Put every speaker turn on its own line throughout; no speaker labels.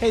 Hey,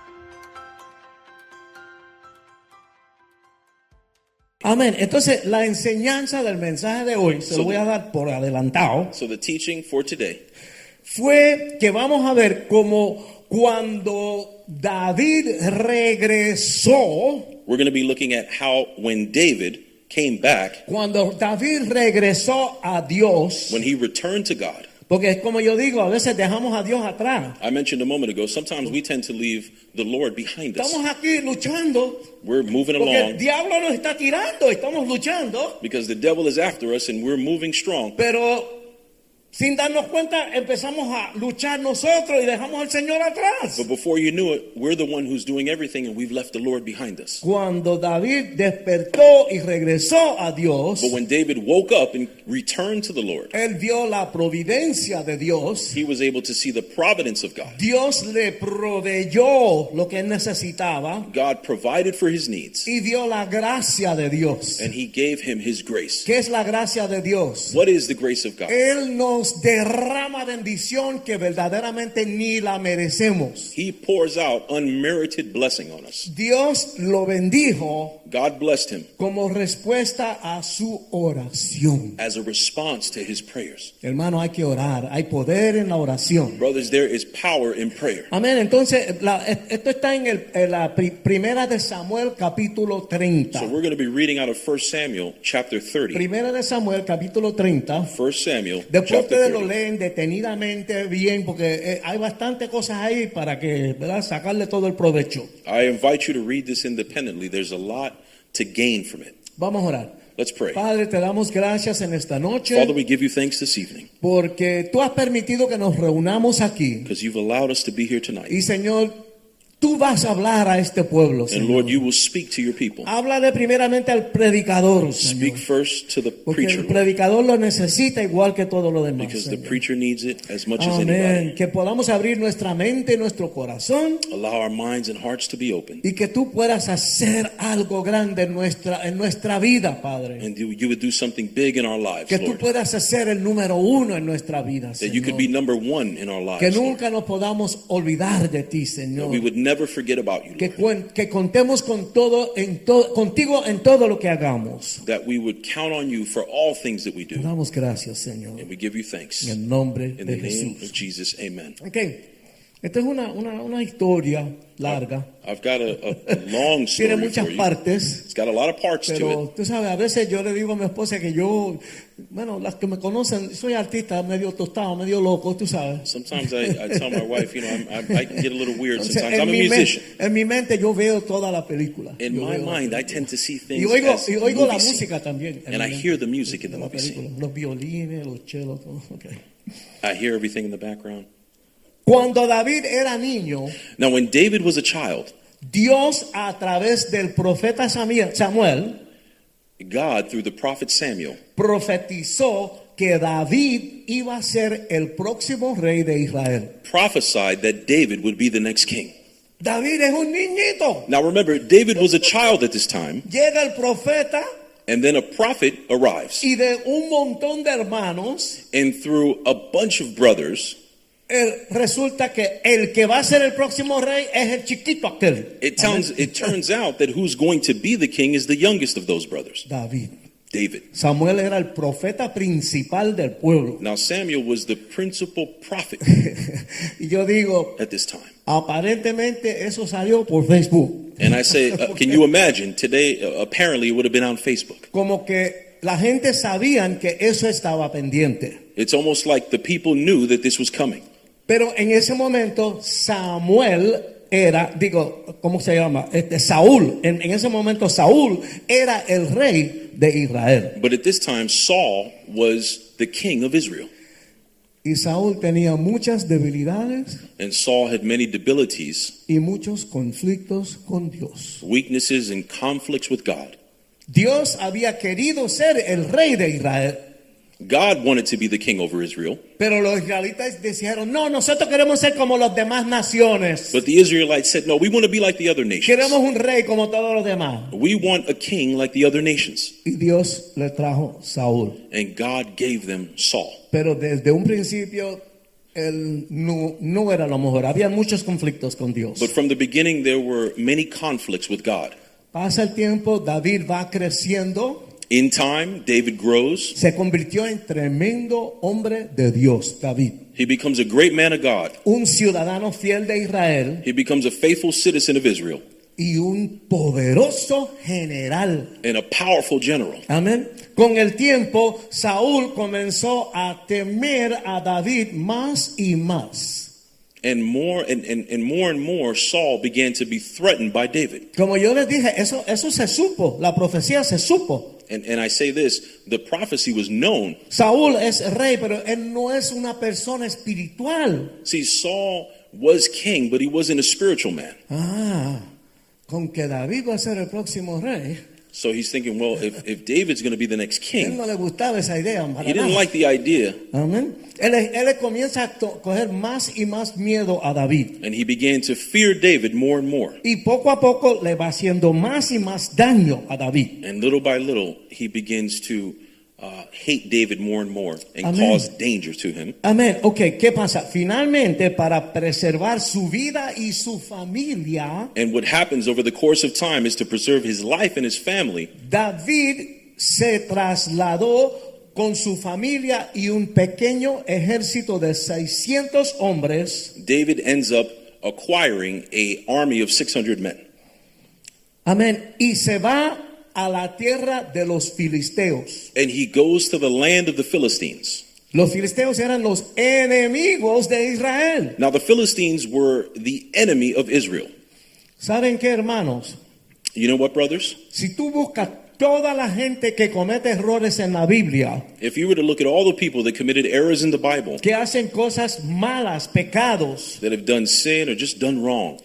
Amén. Entonces, la enseñanza del mensaje de hoy, se lo voy a dar por adelantado,
So the teaching for today
fue que vamos a ver cómo cuando David regresó,
we're going to be looking at how when David came back,
cuando David regresó a Dios,
when he returned to God.
porque es como yo digo, a veces dejamos a Dios atrás.
I mentioned a moment ago, sometimes we tend to leave the Lord behind us.
Estamos aquí luchando,
We're moving
porque el
along
diablo nos está tirando, estamos luchando,
because the devil is after us and we're moving strong.
pero sin darnos cuenta empezamos a luchar nosotros y dejamos al Señor atrás.
But before you knew it, we're the one who's doing everything and we've left the Lord behind us.
Cuando David despertó y regresó a Dios,
But when David woke up and returned to the Lord,
él vio la providencia de Dios.
he was able to see the providence of God.
Dios le proveyó lo que él necesitaba
God provided for his needs
y vio la gracia de Dios.
and he gave him his grace.
¿Qué es la gracia de Dios?
What is the grace of God?
Él nos derrama bendición que verdaderamente ni la merecemos.
He pours out unmerited blessing on us.
Dios lo bendijo
God blessed him
como respuesta a su oración.
as a response to his prayers.
Hermano, hay que orar. Hay poder en la oración.
Brothers, there is power in prayer.
Amén. Entonces, la- esto está en, el- en la pri- primera de Samuel capítulo 30.
So we're going to be reading out of 1 Samuel chapter 30.
Primera de Samuel capítulo 30.
1 Samuel
Después
chapter
ustedes lo
30.
leen detenidamente bien porque eh, hay bastantes cosas ahí para que, ¿verdad? Sacarle todo el provecho.
I invite you to read this independently. There's a lot to gain from it.
Vamos a orar.
Let's pray.
Padre, te damos gracias en esta noche
Father, we give you thanks this evening
porque tú has permitido que nos reunamos aquí.
because you've allowed us to be here tonight.
Y Señor, tú vas a hablar a este pueblo.
And
Señor.
Lord, you will speak to your people.
Háblale primeramente al predicador, Señor.
Speak first to the
Porque
preacher,
el
Lord,
predicador lo necesita igual que todo lo demás.
because the
Señor.
preacher needs it as much as
Amén.
anybody.
Que podamos abrir nuestra mente, nuestro corazón
Allow our minds and hearts to be open.
y que tú puedas hacer algo grande en nuestra, en nuestra vida, Padre.
And you you would do something big in our lives,
Que tú
Lord.
puedas hacer el número uno en nuestra vida,
That you
Señor.
could be number one in our lives.
Que
Lord.
nunca nos podamos olvidar de ti,
That
Señor.
we would never forget about you.
Que,
Lord.
cuen- que contemos con todo, en to- contigo en todo lo que hagamos.
That we would count on you for all things that we
Te
do.
damos gracias, Señor.
And we give you thanks.
En el nombre
In
de
the name
Jesús.
of Jesus, amen.
Ok, esta es una, una, una historia larga.
I've got a, a, a long
Tiene
story
muchas
for you.
partes.
It's got a lot of parts to it.
Pero tú sabes, a veces yo le digo a mi esposa que yo, bueno, las que me conocen, soy artista, medio tostado, medio loco, tú sabes.
Sometimes I, I tell my wife, you know, I'm, I'm, I can get a little weird
Entonces,
sometimes.
en,
I'm a
mi men-
musician.
en mi mente yo veo toda la película.
In
Yo
my
veo-
mind, I tend to see things
y oigo,
as
y oigo la
movie scene.
música también. en
And
mi
I
mente,
hear the music in the
de la
movie scene.
película. Los violines, los chelos, todo. ok.
I hear everything in the background.
Cuando David era niño,
Now, when David was a child,
Dios a través del profeta Samuel- Samuel
God, through the prophet Samuel,
profetizó que David iba a ser el próximo rey de Israel.
prophesied that David would be the next king.
David es un niñito.
Now remember, David was a child at this time,
Llega el profeta
and then a prophet arrives,
y de un montón de hermanos,
and through a bunch of brothers,
eh, resulta que el que va a ser el próximo rey es el chiquito aquel.
it turns it turns out that who's going to be the king is the youngest of those brothers,
David.
David.
Samuel era el profeta principal del pueblo.
Now Samuel was the principal prophet
y yo digo,
at this time,
aparentemente eso salió por Facebook.
and I say, uh, can you imagine today? Uh, apparently, it would have been on Facebook.
Como que la gente sabían que eso estaba pendiente.
It's almost like the people knew that this was coming.
Pero en ese momento Samuel era, digo, ¿cómo se llama? Este, Saúl. En, en ese momento Saúl era el rey de Israel.
But at this time, Saul was the king of Israel,
Y Saúl tenía muchas debilidades
and Saul had many debilities,
y muchos conflictos con Dios.
weaknesses, and conflicts with God.
Dios había querido ser el rey de Israel.
God wanted to be the king over Israel,
Pero los israelitas dijeron, no, nosotros queremos ser como las demás naciones.
but the Israelites said, no, we want to be like the other
Queremos
nations.
un rey como todos los demás.
We want a king like the other nations.
Y Dios le trajo Saúl.
And God gave them Saul.
Pero desde un principio, él no, no era lo mejor. Había muchos conflictos con Dios.
But from the beginning, there were many conflicts with God.
Pasa el tiempo, David va creciendo.
In time, David grows.
Se convirtió en tremendo hombre de Dios, David.
He becomes a great man of God.
Un ciudadano fiel de Israel
He becomes a faithful citizen of Israel
y un poderoso general
and a powerful general.
Amén. Con el tiempo, Saúl comenzó a temer a David más y más.
And more and, and, and more and more, Saul began to be threatened by David.
Como yo les dije, eso, eso se supo, la profecía se supo.
And, and I say this the prophecy was known.
Saúl es rey, pero él no es una persona espiritual.
See, Saul was king, but he wasn't a spiritual man.
Ah, con que David va a ser el próximo rey.
So he's thinking, well, if, if David's going to be the next
Él
king,
no le gustaba esa idea. para
he didn't
nada.
like the idea,
Amén. Él, él le comienza a to- coger más y más miedo a David.
and he began to fear David more and more.
Y poco a poco le va haciendo más y más daño a David.
And little by little, he begins to uh, hate David more and more and
Amen.
cause danger to him.
Amén. Ok, ¿qué pasa? Finalmente, para preservar su vida y su familia,
And what happens over the course of time is to preserve his life and his family.
David se trasladó con su familia y un pequeño ejército de 600 hombres.
David ends up acquiring a army of 600 men.
Amén. Y se va a la tierra de los filisteos.
And he goes to the land of the Philistines.
Los filisteos eran los enemigos de Israel.
Now, the Philistines were the enemy of Israel.
¿Saben qué, hermanos?
You know what, brothers?
Si tú buscas toda la gente que comete errores en la Biblia,
If you were to look at all the people that committed errors in the Bible,
que hacen cosas malas, pecados,
that have done sin or just done wrong,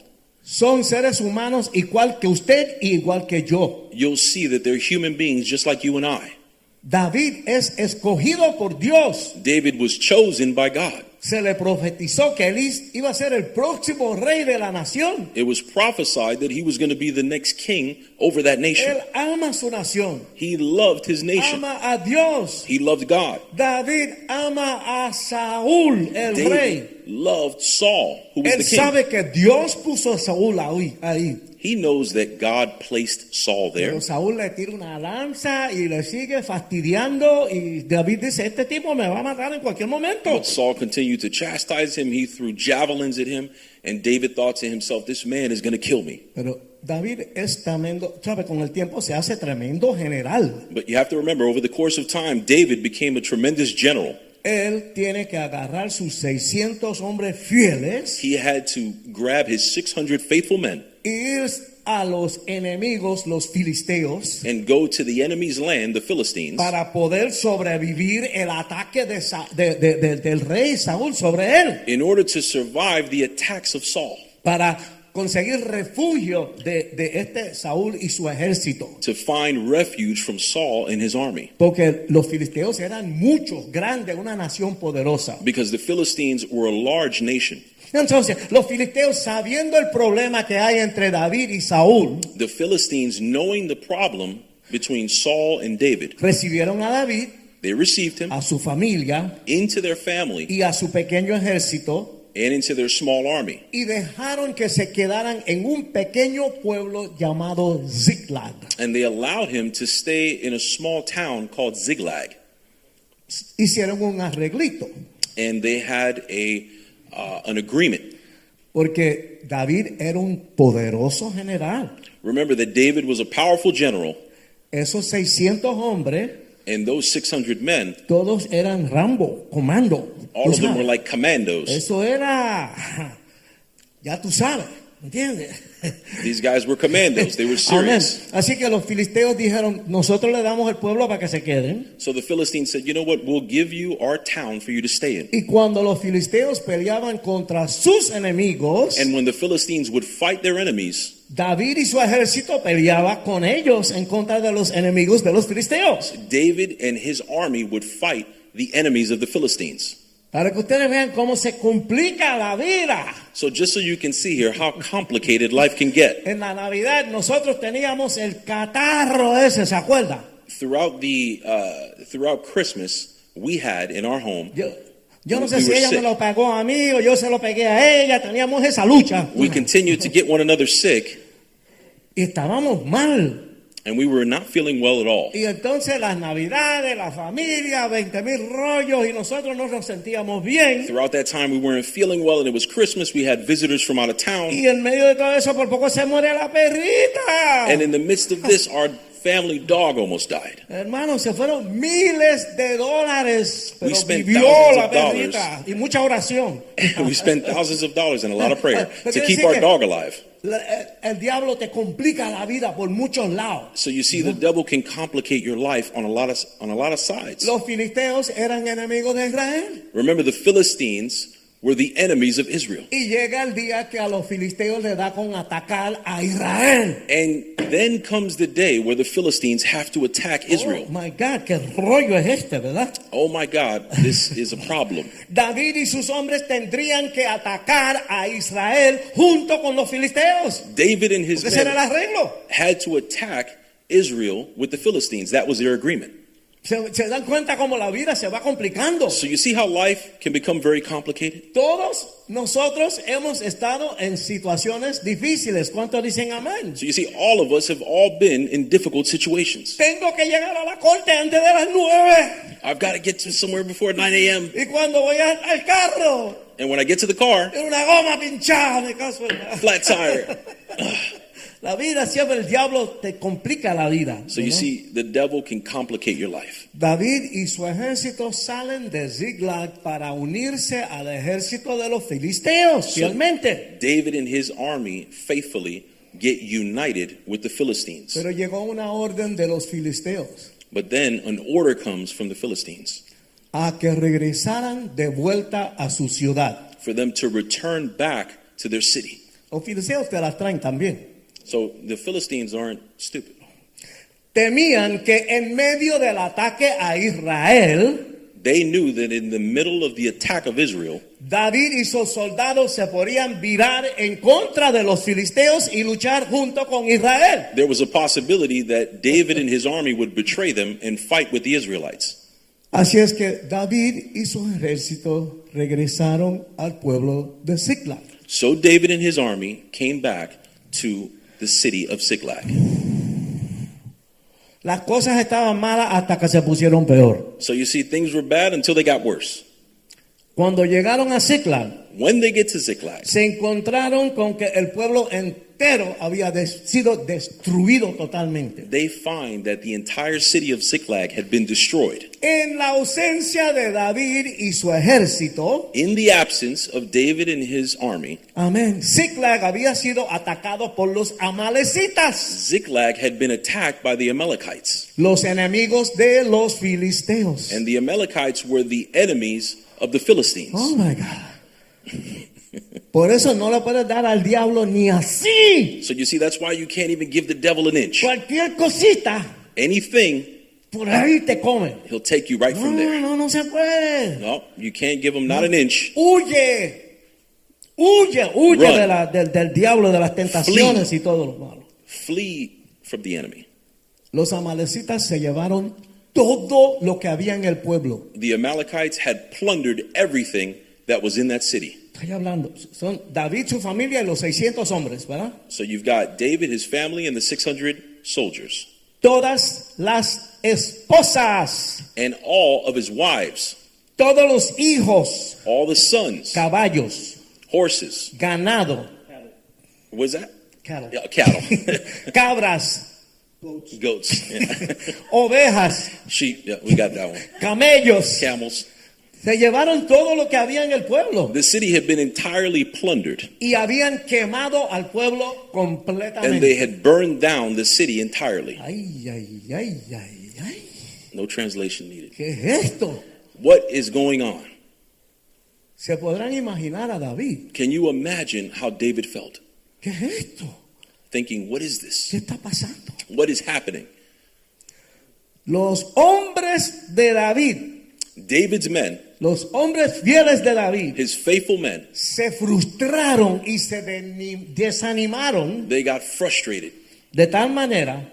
son seres humanos igual que usted y igual que yo.
you'll see that they're human beings just like you and I.
David es escogido por Dios.
David was chosen by God.
Se le profetizó que él is- iba a ser el próximo rey de la nación.
It was prophesied that he was going to be the next king over that nation.
Él ama su nación,
He loved his nation.
ama a Dios.
He loved God.
David ama a Saúl, el rey.
David loved Saul, who was
Él
the king.
sabe que Dios puso a Saúl ahí. ahí.
He knows that God placed Saul there.
Pero Saúl le tira una lanza y le sigue fastidiando y David dice, este tipo me va a matar en cualquier momento.
But Saul continued to chastise him. He threw javelins at him. And David thought to himself, this man is going to kill me.
Pero David es tremendo, sabe, con el tiempo se hace tremendo general.
But you have to remember, over the course of time, David became a tremendous general.
Él tiene que agarrar sus 600 hombres fieles
He had to grab his 600 faithful men
e ir a los enemigos, los filisteos,
and go to the enemy's land, the Philistines,
para poder sobrevivir el ataque de Sa- de- de- de- del rey Saúl sobre él,
in order to survive the attacks of Saul,
para conseguir refugio de, de este Saúl y su ejército.
to find refuge from Saul and his army.
Porque los filisteos eran muchos, grandes, una nación poderosa.
Because the Philistines were a large nation.
Entonces, los filisteos, sabiendo el problema que hay entre David y Saúl,
The Philistines, knowing the problem between Saul and David,
recibieron a David,
they received him
a su familia
into their family
y a su pequeño ejército
and into their small army.
y dejaron que se quedaran en un pequeño pueblo llamado Ziklag.
And they allowed him to stay in a small town called Ziglag.
Hicieron un arreglito,
And they had a, uh, an agreement.
porque David era un poderoso general.
Remember that David was a powerful general,
Esos 600 hombres,
and those 600 men,
todos eran Rambo, comando.
all of
Tú
them were
sabes.
like commandos.
Eso era, ya tú sabes, ¿entiendes?
These guys were commandos, they were serious.
Amén. Así que los filisteos dijeron, nosotros le damos el pueblo para que se queden.
So the Philistines said, You know what? We'll give you our town for you to stay in.
Y cuando los filisteos peleaban contra sus enemigos,
And when the Philistines would fight their enemies,
David y su ejército peleaba con ellos en contra de los enemigos de los filisteos.
David and his army would fight the enemies of the Philistines.
Para que ustedes vean cómo se complica la vida.
So just so you can see here how complicated life can get.
En la Navidad nosotros teníamos el catarro ese, ¿se acuerda?
Throughout the uh, throughout Christmas, we had in our home
Yo, yo no sé
We
si
were
ella me
sick.
lo pagó a mí o yo se lo pegué a ella, teníamos esa lucha.
we continued to get one another sick,
Y estábamos mal.
and we were not feeling well at all.
Y entonces las navidades, la familia, 20 mil rollos y nosotros no nos sentíamos bien.
Throughout that time, we weren't feeling well, and it was Christmas. We had visitors from out of town,
Y en medio de todo eso por poco se muere la perrita.
and in the midst of this, our family dog almost died.
Hermanos, se fueron miles de dólares,
We
pero
spent
vivió
thousands
la
of dollars.
perrita y mucha oración.
we spent thousands of dollars and a lot of prayer
Lo
to
quiere
keep
decir
our
que-
dog alive.
La- el, el diablo te complica la vida por muchos lados.
So you see, the devil can complicate your life on a lot of on a lot of sides.
Los filisteos eran enemigos de Israel
Remember, the Philistines were the enemies of Israel,
y llega el día que a los filisteos le da con atacar a Israel.
and then comes the day where the Philistines have to attack
Oh
Israel.
my God, qué rollo es este, ¿verdad?
Oh my God, this is a problem.
David y sus hombres tendrían que atacar a Israel junto con los filisteos.
David and his
Ese era el
men
arreglo.
had to attack Israel with the Philistines. That was their agreement.
Se, se dan cuenta cómo la vida se va complicando.
So you see how life can become very complicated?
Todos nosotros hemos estado en situaciones difíciles. ¿Cuántos dicen amén?
So you see, all of us have all been in difficult situations.
Tengo que llegar a la corte antes de las nueve.
I've got to get to somewhere before 9 a.m.
Y cuando voy al, al carro,
And when I get to the car,
tiene una goma pinchada, me caso en la-
flat tire.
La vida siempre el diablo te complica la vida.
So you
¿no?
see, the devil can complicate your life.
David y su ejército salen de Ziglag para unirse al ejército de los filisteos, fielmente.
David and his army faithfully get united with the Philistines.
Pero llegó una orden de los filisteos
But then an order comes from the Philistines
a que regresaran de vuelta a su ciudad.
for them to return back to their city.
Los filisteos te las traen también.
So the Philistines aren't stupid.
Temían que en medio del ataque a Israel,
They knew that in the middle of the attack of Israel,
David y sus soldados se podían virar en contra de los filisteos y luchar junto con Israel.
there was a possibility that David and his army would betray them and fight with the Israelites.
Así es que David y su ejército regresaron al pueblo de Ziklag.
So David and his army came back to the city of Ziklag.
Las cosas estaban malas hasta que se pusieron peor.
So you see, things were bad until they got worse.
Cuando llegaron a Ziklag,
When they get to Ziklag,
se encontraron con que el pueblo entero había des- sido destruido totalmente.
they find that the entire city of Ziklag had been destroyed.
En la ausencia de David y su ejército,
In the absence of David and his army,
Amén. Ziklag había sido atacado por los amalecitas,
Ziklag had been attacked by the Amalekites.
los enemigos de los filisteos.
And the Amalekites were the enemies of the Philistines.
oh my God. Por eso no le puedes dar al diablo ni así.
So you see, that's why you can't even give the devil an inch.
Cualquier cosita
Anything,
por ahí te come.
he'll take you right
No,
from there.
no, no se puede.
No, you can't give him not an inch.
Huye, huye, huye
Run.
de la- del, del diablo, de las tentaciones y todo lo malo.
Flee from the enemy.
Los amalecitas se llevaron todo lo que había en el pueblo.
The Amalekites had plundered everything that was in that city.
Estoy hablando, son David, su familia y los 600 hombres, ¿verdad?
So you've got David, his family, and the 600 soldiers,
Todas las esposas,
and all of his wives,
todos los hijos,
all the sons,
caballos,
horses.
ganado,
What's that?
cattle,
Yeah, cattle,
cabras,
goats, yeah.
ovejas,
sheep. Yeah, we got that one.
camellos.
Camels.
Se llevaron todo lo que había en el pueblo
The city had been entirely plundered,
y habían quemado al pueblo
and they
completamente.
had burned down the city entirely.
Ay, ay, ay, ay, ay.
No translation needed.
¿Qué es esto?
What is going on?
Se podrán imaginar a David.
Can you imagine how David felt?
¿Qué es esto?
Thinking, what is this?
¿Qué está pasando?
What is happening?
Los hombres de David
David's men,
los hombres fieles de David,
his faithful men,
se frustraron y se deni- desanimaron
they got frustrated
de tal manera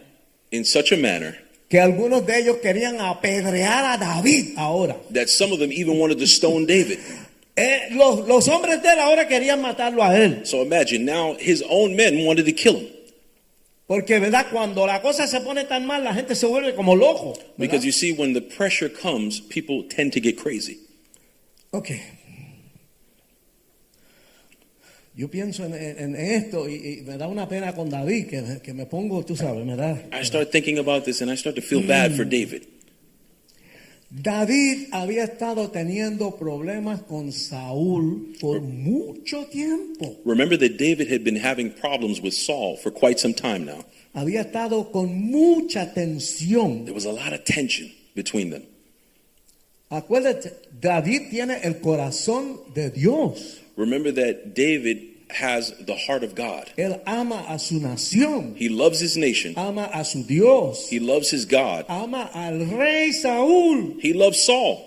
in such a manner
que algunos de ellos querían apedrear a David ahora.
that some of them even wanted to stone David.
Eh, los, los hombres de él ahora querían matarlo a él.
So imagine now his own men wanted to kill him
Porque, ¿verdad? Cuando la cosa se pone tan mal, la gente se vuelve como loco. ¿verdad?
because you see, when the pressure comes, people tend to get crazy.
Ok. Yo pienso en, en- en esto y, y me da una pena con David, que, que me pongo, tú sabes, me da-
I start thinking about this and I start to feel bad for David.
David había estado teniendo problemas con Saúl por mucho tiempo.
Remember that David had been having problems with Saul for quite some time now.
Había estado con mucha tensión.
There was a lot of tension between them.
Acuérdate, David tiene el corazón de Dios.
Remember that David has the heart of God.
Él ama a su nación,
He loves his nation.
ama a su Dios,
He loves his God.
ama al rey Saúl.
He loves Saul.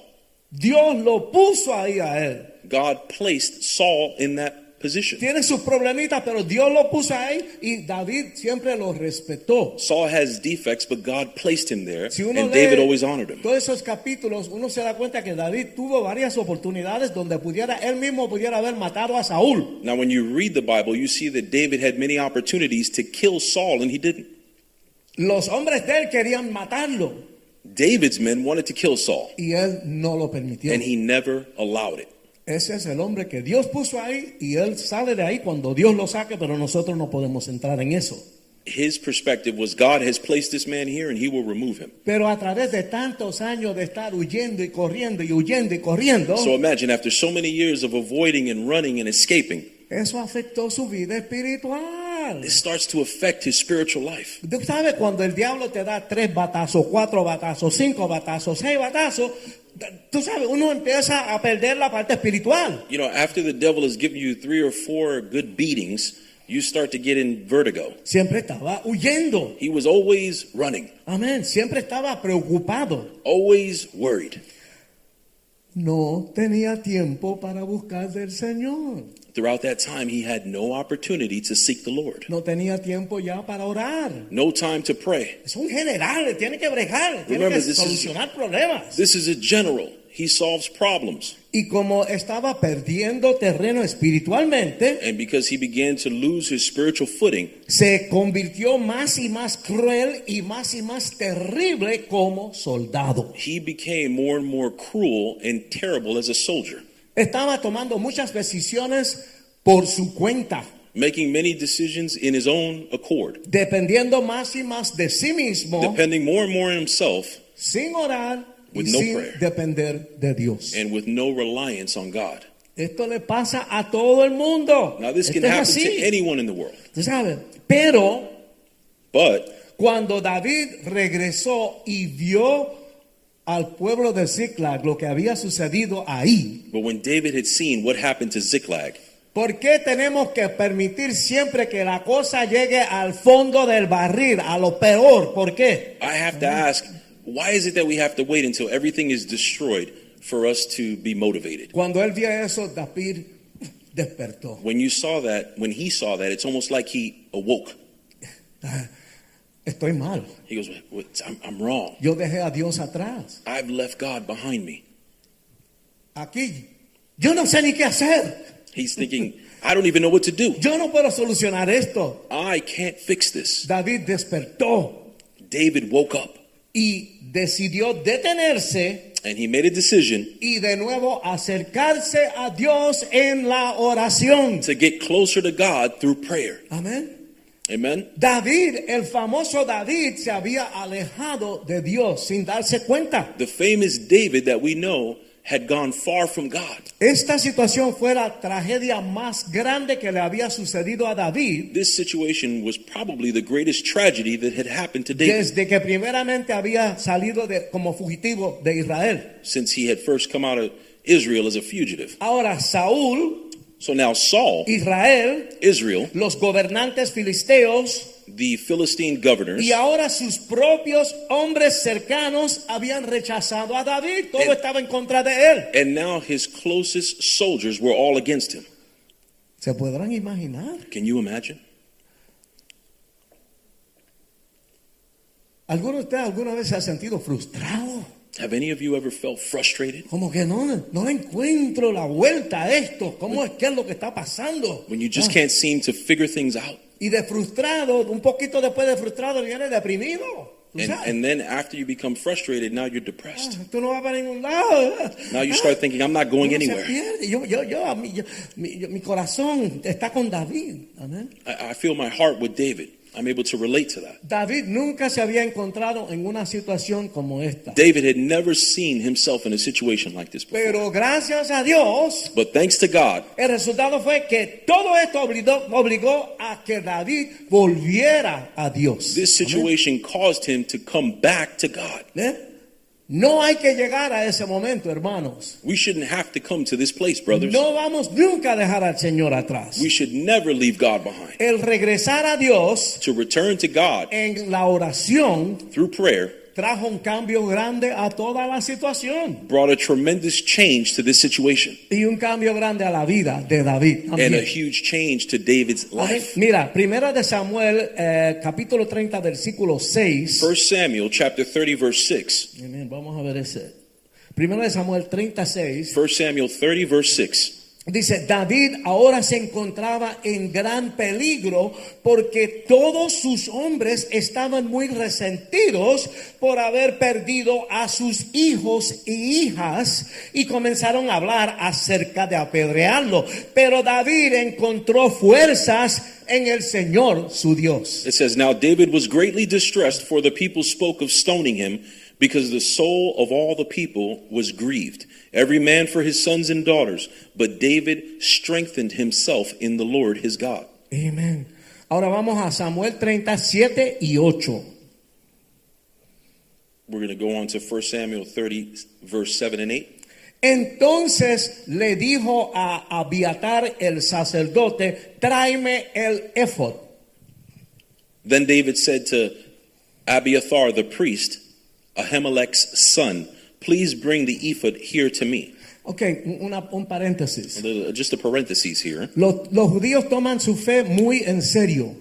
Dios lo puso ahí a él.
God placed Saul in that position.
Tiene sus problemitas, pero Dios lo puso ahí y David siempre lo respetó.
Saul has defects, but God placed him there,
Si uno
and
lee
David always honored him.
todos esos capítulos, uno se da cuenta que David tuvo varias oportunidades donde pudiera él mismo pudiera haber matado a Saúl.
Now, when you read the Bible, you see that David had many opportunities to kill Saul, and he didn't.
Los hombres de él querían matarlo
David's men wanted to kill Saul,
y él no lo permitió.
and he never allowed it.
Ese es el hombre que Dios puso ahí y él sale de ahí cuando Dios lo saque, pero nosotros no podemos entrar en eso.
His perspective was God has placed this man here, and he will remove him.
Pero a través de tantos años de estar huyendo y corriendo y huyendo y corriendo,
So imagine after so many years of avoiding and running and escaping,
eso afectó su vida espiritual.
it starts to affect his spiritual life.
Usted sabe cuando el diablo te da tres batazos, cuatro batazos, cinco batazos, seis batazos, tú sabes, uno empieza a perder la parte espiritual.
You know, after the devil has given you three or four good beatings, you start to get in vertigo.
Siempre estaba huyendo,
He was always running,
amén, siempre estaba preocupado.
always worried.
No tenía tiempo para buscar del Señor.
Throughout that time, he had no opportunity to seek the Lord,
No tenía tiempo ya para orar.
no time to pray.
Es un general, tiene que bregar, tiene
Remember,
que
this is-
solucionar problemas.
This is a general. He solves problems.
Y como estaba perdiendo terreno espiritualmente,
And because he began to lose his spiritual footing,
se convirtió más y más cruel y más y más terrible como soldado.
he became more and more cruel and terrible as a soldier,
Estaba tomando muchas decisiones por su cuenta,
making many decisions in his own accord,
dependiendo más y más de sí mismo,
depending more and more on himself
sin orar y
With no
sin
prayer.
depender de Dios.
and with no reliance on God.
Esto le pasa a todo el mundo.
Now, this can
Esto es
happen
así.
to anyone in the world.
Tú sabes. Pero
But
cuando David regresó y vio al pueblo de Ziklag lo que había sucedido ahí,
but when David had seen what happened to Ziklag,
¿por qué tenemos que permitir siempre que la cosa llegue al fondo del barril, a lo peor? ¿Por qué?
I have to ask, why is it that we have to wait until everything is destroyed for us to be motivated?
Cuando él vio eso, David despertó.
When you saw that, when he saw that, it's almost like he awoke.
Estoy mal.
He goes, "What- I'm, I'm wrong.
Yo dejé a Dios atrás.
I've left God behind me.
Aquí. Yo no sé ni qué hacer.
He's thinking, I don't even know what to do.
Yo no puedo solucionar esto.
I can't fix this.
David despertó
David woke up
y decidió detenerse
and he made a decision
y de nuevo acercarse a Dios en la oración.
to get closer to God through prayer.
Amén.
Amen?
David, el famoso David, se había alejado de Dios sin darse cuenta.
The famous David that we know had gone far from God.
Esta situación fue la tragedia más grande que le había sucedido a David
This situation was probably the greatest tragedy that had happened to David.
desde que primeramente había salido de- como fugitivo de Israel.
since he had first come out of Israel as a fugitive.
Ahora Saúl,
So now Saul,
Israel,
Israel,
los gobernantes filisteos
the Philistine governors,
Y ahora sus propios hombres cercanos habían rechazado a David. Todo
And-
estaba en contra de él.
and now his closest soldiers were all against him.
¿Se podrán imaginar?
Can you imagine?
¿Alguno de ustedes alguna vez se ha sentido frustrado?
Have any of you ever felt frustrated
Como que no, no le encuentro la vuelta a esto. ¿Cómo es que es lo que está pasando?
when you just
Ah,
can't seem to figure things out?
Y de frustrado, un poquito después de frustrado viene deprimido. ¿Tú
And,
sabes?
and then after you become frustrated, now you're depressed.
Tú no vas para ningún lado. Ah,
Now you start thinking, I'm not going
Uno se
anywhere.
pierde. Yo, yo, yo, a mí- yo- mi, yo- mi corazón está con David. Amén.
I, I feel my heart with David. I'm able to relate to that.
David nunca se había encontrado en una situación como esta.
David had never seen himself in a situation like this before.
Pero gracias a Dios,
But thanks to God,
el resultado fue que todo esto obligó, obligó a que David volviera a Dios.
this
Amén.
situation caused him to come back to God.
¿Eh? No hay que llegar a ese momento, hermanos.
We shouldn't have to come to this place, brothers.
No vamos nunca a dejar al Señor atrás.
We should never leave God behind.
El regresar a Dios
To return to God
en la oración
through prayer
trajo un cambio grande a toda la situación
brought a tremendous change to this situation
y un cambio grande a la vida de David. también.
and a huge change to David's
Amén.
life.
Mira, primera de Samuel, eh, capítulo 30, versículo 6.
1 Samuel chapter 30 verse 6.
Amén, Vamos a ver ese. Primera de Samuel 36.
1 Samuel 30 verse 6.
Dice, David ahora se encontraba en gran peligro porque todos sus hombres estaban muy resentidos por haber perdido a sus hijos y hijas y comenzaron a hablar acerca de apedrearlo. Pero David encontró fuerzas en el Señor su Dios.
It says now David was greatly distressed for the people spoke of stoning him because the soul of all the people was grieved every man for his sons and daughters but David strengthened himself in the Lord his God.
Amén. Ahora vamos a Samuel 37 y 8.
We're going to go on to 1 Samuel 30 verse 7 and 8.
Entonces le dijo a Abiatar el sacerdote, tráeme el efod.
Then David said to Abiathar the priest, Ahimelech's son, Please bring the ephod here to me.
Ok, un- una- un
A
paréntesis.
little- Just a parentheses here.
Los, los judíos toman su fe muy en serio.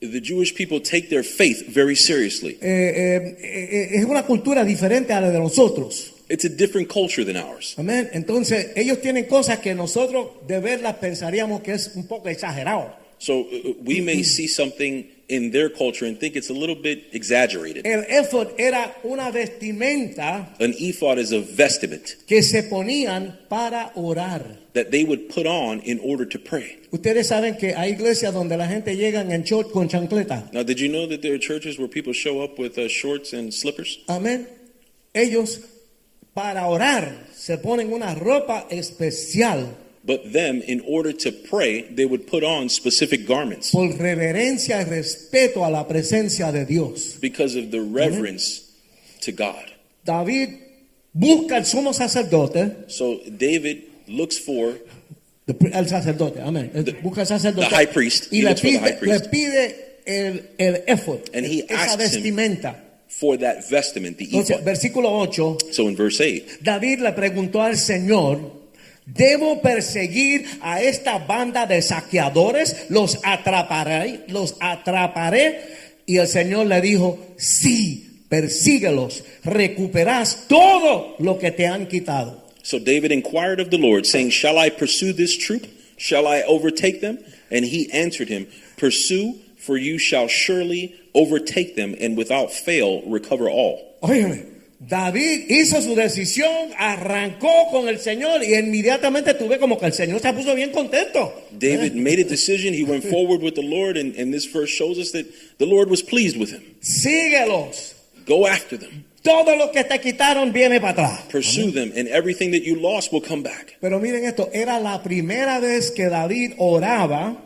The Jewish people take their faith very seriously.
Eh, eh, eh, es una cultura diferente a la de nosotros.
It's a different culture than ours.
Amén. Entonces, ellos tienen cosas que nosotros de verlas pensaríamos que es un poco exagerado.
So uh, we may see something in their culture and think it's a little bit exaggerated.
El efod era una vestimenta
An ephod is a vestment
que se ponían para orar.
that they would put on in order to pray.
Ustedes saben que hay iglesias donde la gente llega en short con chancleta.
Now, did you know that there are churches where people show up with uh, shorts and slippers?
Amén. Ellos para orar se ponen una ropa especial
But them, in order to pray, they would put on specific garments.
por reverencia y respeto a la presencia de Dios.
because of the reverence to God.
David busca al sumo sacerdote,
So David looks for
el sacerdote, amén. El-
The-
busca al sacerdote
the high priest.
y
He
le
looks for the
pide,
high priest.
le pide el, el effort,
And he
esa
asks him-
vestimenta.
for that vestment, the
Entonces,
ephod.
versículo 8.
So in verse 8,
David le preguntó al Señor, ¿debo perseguir a esta banda de saqueadores? ¿Los atraparé? ¿Los atraparé? Y el Señor le dijo, sí, persíguelos, recuperás todo lo que te han quitado.
so David inquired of the Lord, saying, Shall I pursue this troop? Shall I overtake them? And he answered him, Pursue, for you shall surely overtake them, and without fail recover all.
Óyeme, David hizo su decisión, arrancó con el Señor y inmediatamente tuve como que el Señor se puso bien contento.
David made a decision. He went forward with the Lord, and, and this verse shows us that the Lord was pleased with him.
Síguelos.
Go after them,
Todo lo que te quitaron viene para atrás.
pursue them, and everything that you lost will come back.
Pero miren esto, era la primera vez que David oraba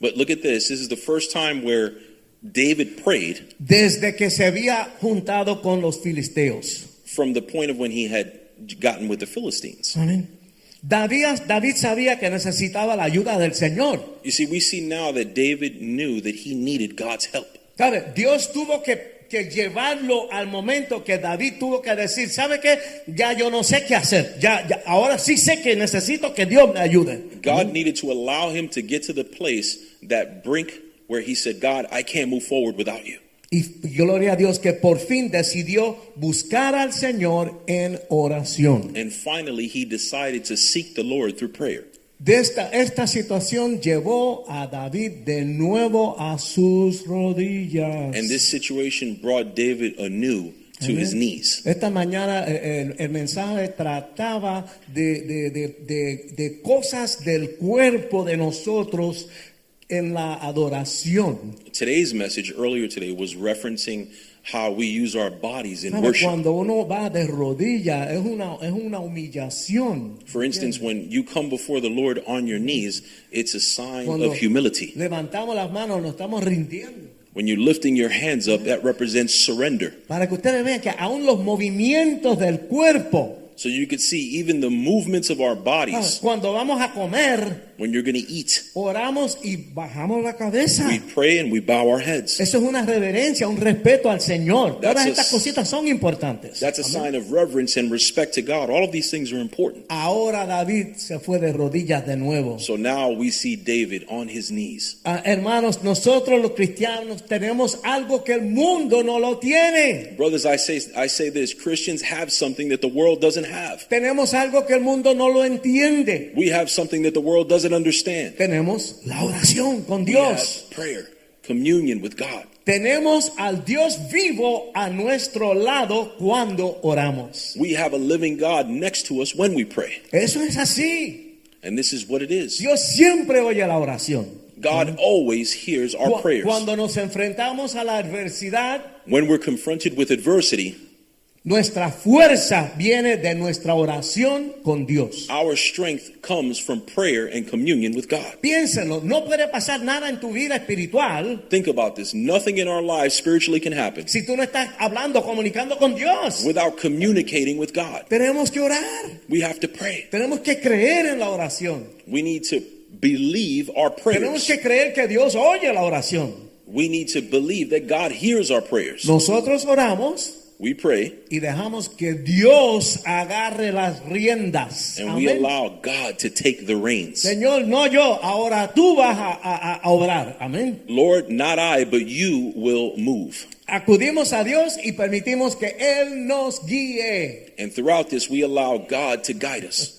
But look at this. This is the first time where David prayed
desde que se había juntado con los filisteos.
from the point of when he had gotten with the Philistines.
Amén. David, David sabía que necesitaba la ayuda del Señor.
You see, we see now that David knew that he needed God's help.
Claro, Dios tuvo que, que llevarlo al momento que David tuvo que decir, ¿sabe qué? Ya yo no sé qué hacer. Ya, ya ahora sí sé que necesito que Dios me ayude.
God needed to allow him to get to the place, that brink, where he said, God, I can't move forward without you.
Y gloria a Dios que por fin decidió buscar al Señor en oración.
And finally, he decided to seek the Lord through prayer.
De esta, esta situación llevó a David de nuevo a sus rodillas.
And this situation brought David anew to his knees.
Esta mañana eh, el, el mensaje trataba de, de- de- de- de cosas del cuerpo de nosotros en la adoración.
Today's message earlier today was referencing how we use our bodies in
¿Sabe?
worship.
Cuando uno va de rodillas es una, es una humillación.
For instance, when you come before the Lord on your knees, it's a sign
Cuando
of humility.
levantamos las manos nos estamos rindiendo.
When you're lifting your hands up, that represents surrender.
Para que ustedes vean que aún los movimientos del cuerpo,
So you could see even the movements of our
¿sabe?
bodies
cuando vamos a comer,
when you're going to eat.
oramos y bajamos la cabeza.
We pray and we bow our heads.
Eso es una reverencia, un respeto al Señor.
That's
Todas
a-
estas cositas son importantes.
That's a
Amén.
sign of reverence and respect to God. All of these things are important.
Ahora David se fue de rodillas de nuevo.
So now we see David on his knees.
Ah, hermanos, nosotros los cristianos tenemos algo que el mundo no lo tiene.
Brothers, I say, I say this Christians have something that the world doesn't have.
Tenemos algo que el mundo no lo entiende.
We have something that the world doesn't understand.
Tenemos la oración con
We
Dios.
have prayer, communion with God.
Tenemos al Dios vivo a nuestro lado cuando oramos.
We have a living God next to us when we pray.
Eso es así.
And this is what it is.
Dios siempre oye la oración.
God always hears our
Cu-
prayers.
Cuando nos enfrentamos a la adversidad,
When we're confronted with adversity,
nuestra fuerza viene de nuestra oración con Dios.
our strength comes from prayer and communion with God.
Piénsalo, no puede pasar nada en tu vida espiritual
Think about this. Nothing in our lives spiritually can happen
si tú no estás hablando, comunicando con Dios.
without communicating with God.
Tenemos que orar,
We have to pray.
tenemos que creer en la oración,
We need to believe our
tenemos
prayers.
que creer que Dios oye la oración.
We need to believe that God hears our prayers.
Nosotros oramos
We pray
y dejamos que Dios agarre las riendas.
and we
Amén.
allow God to take the reins.
Señor, no yo, ahora tú vas a- a- a- a obrar. Amén.
Lord, not I, but you will move.
Acudimos a Dios y permitimos que Él nos guíe.
And throughout this, we allow God to guide us.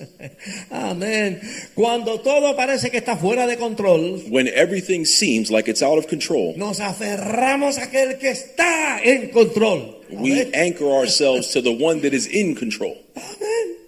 Amén. Cuando todo parece que está fuera de control,
When everything seems like it's out of control,
nos aferramos a aquel que está en control.
we
Amén.
anchor ourselves to the one that is in control.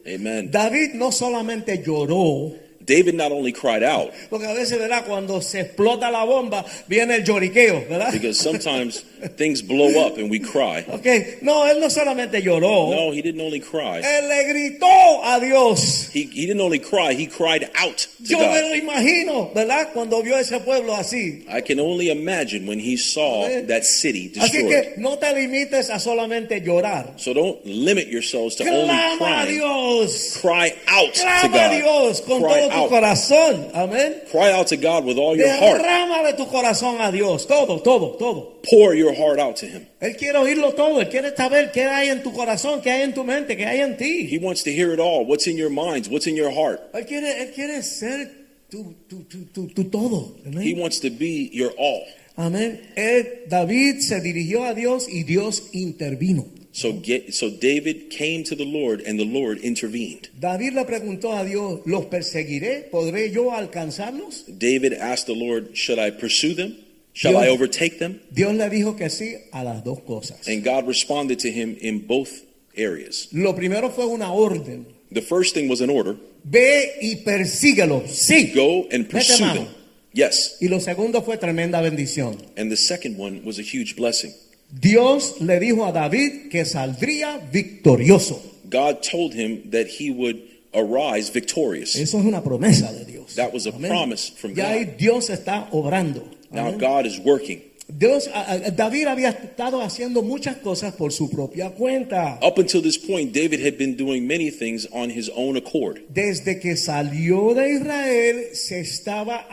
Amen.
David no solamente lloró,
David not only cried out,
porque a veces, ¿verdad? Cuando se explota la bomba, viene el lloriqueo, ¿verdad?
because sometimes things blow up and we cry.
Ok, no, él no solamente lloró,
No, he didn't only cry.
él le gritó a Dios.
He, he didn't only cry, he cried out to
Yo me
God.
lo imagino, ¿verdad? Cuando vio ese pueblo así.
I can only imagine when he saw
Amén.
that city
Así
destroyed.
que no te limites a solamente llorar.
So don't limit yourselves to only
Clama a
crying.
Dios.
Cry out to
Clama a Dios
God.
con
Cry
todo tu
out.
corazón. Amén.
Cry out to God with all your heart.
Derrámale tu corazón a Dios. Todo, todo, todo.
Pour your heart out to him.
Él quiere oírlo todo. Él quiere saber qué hay en tu corazón, qué hay en tu mente, qué hay en ti.
He wants to hear it all. What's in your minds? What's in your heart?
Él quiere, él quiere ser tu, tu, tu, tu, tu todo.
He
Amén.
wants to be your all.
Amén. Él- David se dirigió a Dios y Dios intervino.
So get so David came to the Lord and the Lord intervened.
David le preguntó a Dios, ¿los perseguiré? ¿Podré yo alcanzarlos?
David asked the Lord, "Should I pursue them? Shall I
Dios-
overtake them?"
Dios le dijo que sí a las dos cosas.
And God responded to him in both areas.
Lo primero fue una orden.
The first thing was an order,
Ve y persíguelo. Sí.
go and
Mete
pursue
mano.
them. Yes.
Y lo segundo fue tremenda bendición.
And the second one was a huge blessing.
Dios le dijo a David que saldría victorioso.
God told him that he would arise victorious.
Eso es una promesa de Dios.
That was a
Amén.
promise from
Ya
God.
ahí Dios está obrando.
Now
Amén.
God is working.
Dios, a- a- David había estado haciendo muchas cosas por su propia cuenta.
Up until this point, David had been doing many things on his own accord.
Desde que salió de Israel, se estaba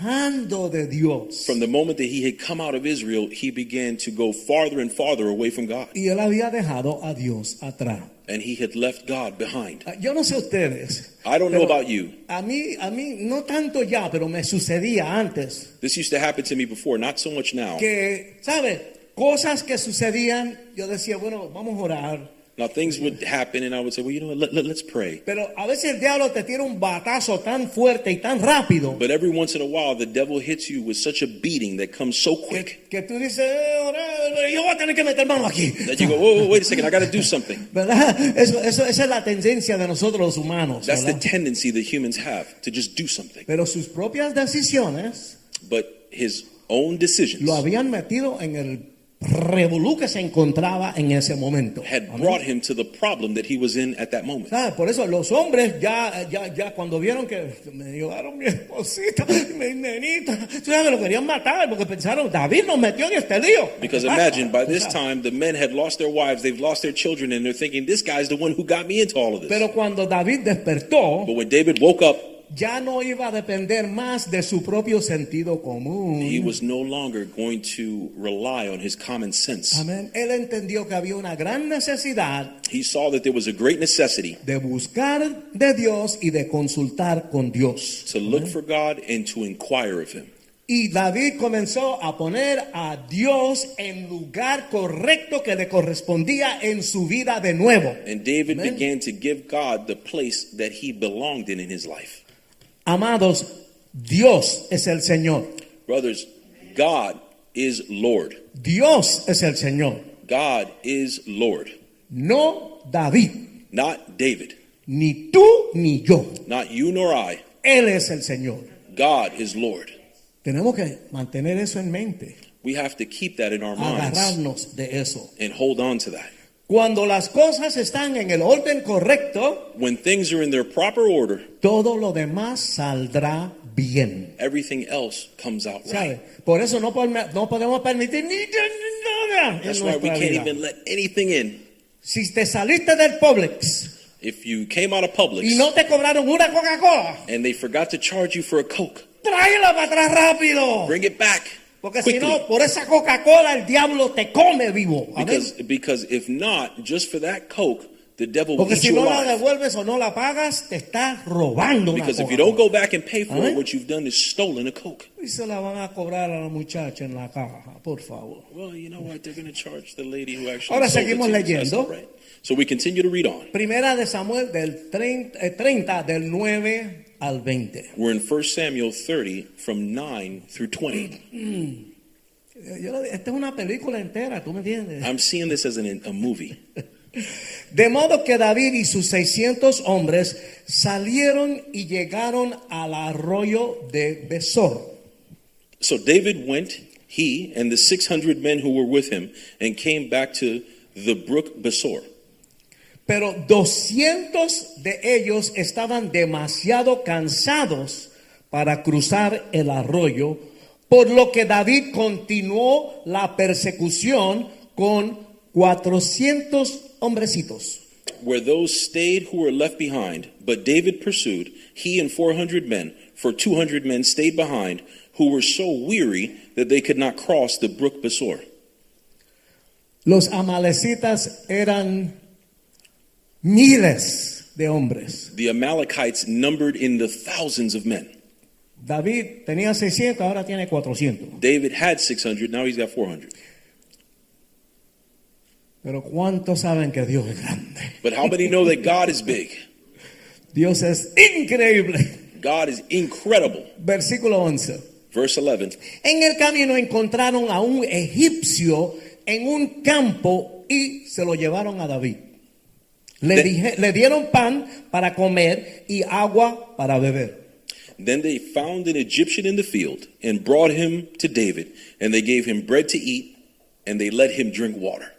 alejando de Dios.
From the moment that he had come out of Israel, he began to go farther and farther away from God,
Y él había dejado a Dios atrás.
and he had left God behind.
Ah, Yo no sé ustedes.
I don't know
pero
about you.
A mí, a mí, no tanto ya, pero me sucedía antes.
This used to happen to me before, not so much now.
Que, ¿sabes? Cosas que sucedían, yo decía, bueno, vamos a orar.
Now things would happen, and I would say, "Well, you know what? Let, let, let's pray."
Pero a veces el diablo te tira un batazo tan fuerte y tan rápido
But every once in a while, the devil hits you with such a beating that comes so quick
que tú dices, "Eh, orar, yo voy a tener que meter mano aquí.
that you go, "Whoa, whoa wait a second! I got to do something."
¿Verdad? Eso, eso, esa es la tendencia de nosotros los humanos.
That's the
¿verdad?
tendency that humans have to just do something.
Pero sus propias decisiones
But his own decisions
lo habían metido en el revolú que se encontraba en ese momento.
had
Amén.
brought him to the problem that he was in at that moment.
¿Sabe? Por eso los hombres ya, ya, ya cuando vieron que me llevaron mi esposita, mi nenita, tú sabes, lo querían matar porque pensaron, David nos metió en este lío.
Because
Ah,
imagine, by
tú
this
sabes.
time, the men had lost their wives, they've lost their children, and they're thinking, "This guy's the one who got me into all of this."
Pero cuando David despertó,
But when David woke up,
ya no iba a depender más de su propio sentido común.
he was no longer going to rely on his common sense.
Amén. Él entendió que había una gran necesidad
He saw that there was a great necessity
de buscar de Dios y de consultar con Dios.
to look for God and to inquire of him.
Y David comenzó a poner a Dios en lugar correcto que le correspondía en su vida de nuevo.
And David
Amen.
began to give God the place that he belonged in in his life.
Amados, Dios es el Señor.
Brothers, God is Lord.
Dios es el Señor.
God is Lord.
No David,
Not David,
ni tú ni yo.
not you nor I.
Él es el Señor.
God is Lord.
Tenemos que mantener eso en mente,
We have to keep that in our minds
agarrarnos de eso.
and hold on to that.
Cuando las cosas están en el orden correcto,
When things are in their proper order,
todo lo demás saldrá bien.
everything else comes out
¿Sabe?
right.
Por eso no, podme- no podemos permitir ni ni- nada en
That's why we
nuestra
can't
vida.
even let anything in.
Si te saliste del Publix
If you came out of Publix
y no te cobraron una Coca-Cola,
and they forgot to charge you for a Coke,
tráela para atrás rápido.
bring it back.
Porque si
quickly.
no, por esa Coca-Cola el diablo te come vivo. Amén.
Because because if not, just for that coke, the devil will
Porque
eat
si
you
no la
alive.
devuelves o no la pagas, te estás robando una
Because if you
Coca-Cola.
don't go back and pay for
Amen.
it, what you've done is stolen a coke.
Y se la van a cobrar a la muchacha en la caja, por favor.
Well, you know what? They're going to charge the lady who actually.
Ahora
sold it to
seguimos
you. That's
leyendo.
all right. So we continue to read on.
Primera de Samuel del 30, eh, 30, del 9 al 20.
We're in 1 Samuel 30 from 9 through 20.
Eh, yo le dije, esta es una película entera, ¿tú me entiendes?
I'm seeing this as an, a movie.
De modo que David y sus 600 hombres salieron y llegaron al arroyo de Besor.
So David went, he and the 600 men who were with him, and came back to the brook Besor.
Pero 200 de ellos estaban demasiado cansados para cruzar el arroyo, por lo que David continuó la persecución con 400 hombrecitos.
where those stayed who were left behind, but David pursued, he and 400 men, for 200 men stayed behind, who were so weary that they could not cross the brook Besor.
Los amalecitas eran miles de hombres.
The Amalekites numbered in the thousands of men.
David tenía 600, ahora tiene 400.
David had 600, now he's got 400.
Pero ¿cuántos saben que Dios es grande?
But how many know that God is big?
Dios es increíble.
God is incredible.
Versículo 11.
Verse 11
En el camino encontraron a un egipcio en un campo y se lo llevaron a David. Le,
De-
dije- le dieron pan para comer y agua para beber.
Then they found an Egyptian in the field and brought him to David, and they gave him bread to eat, and they let him drink water.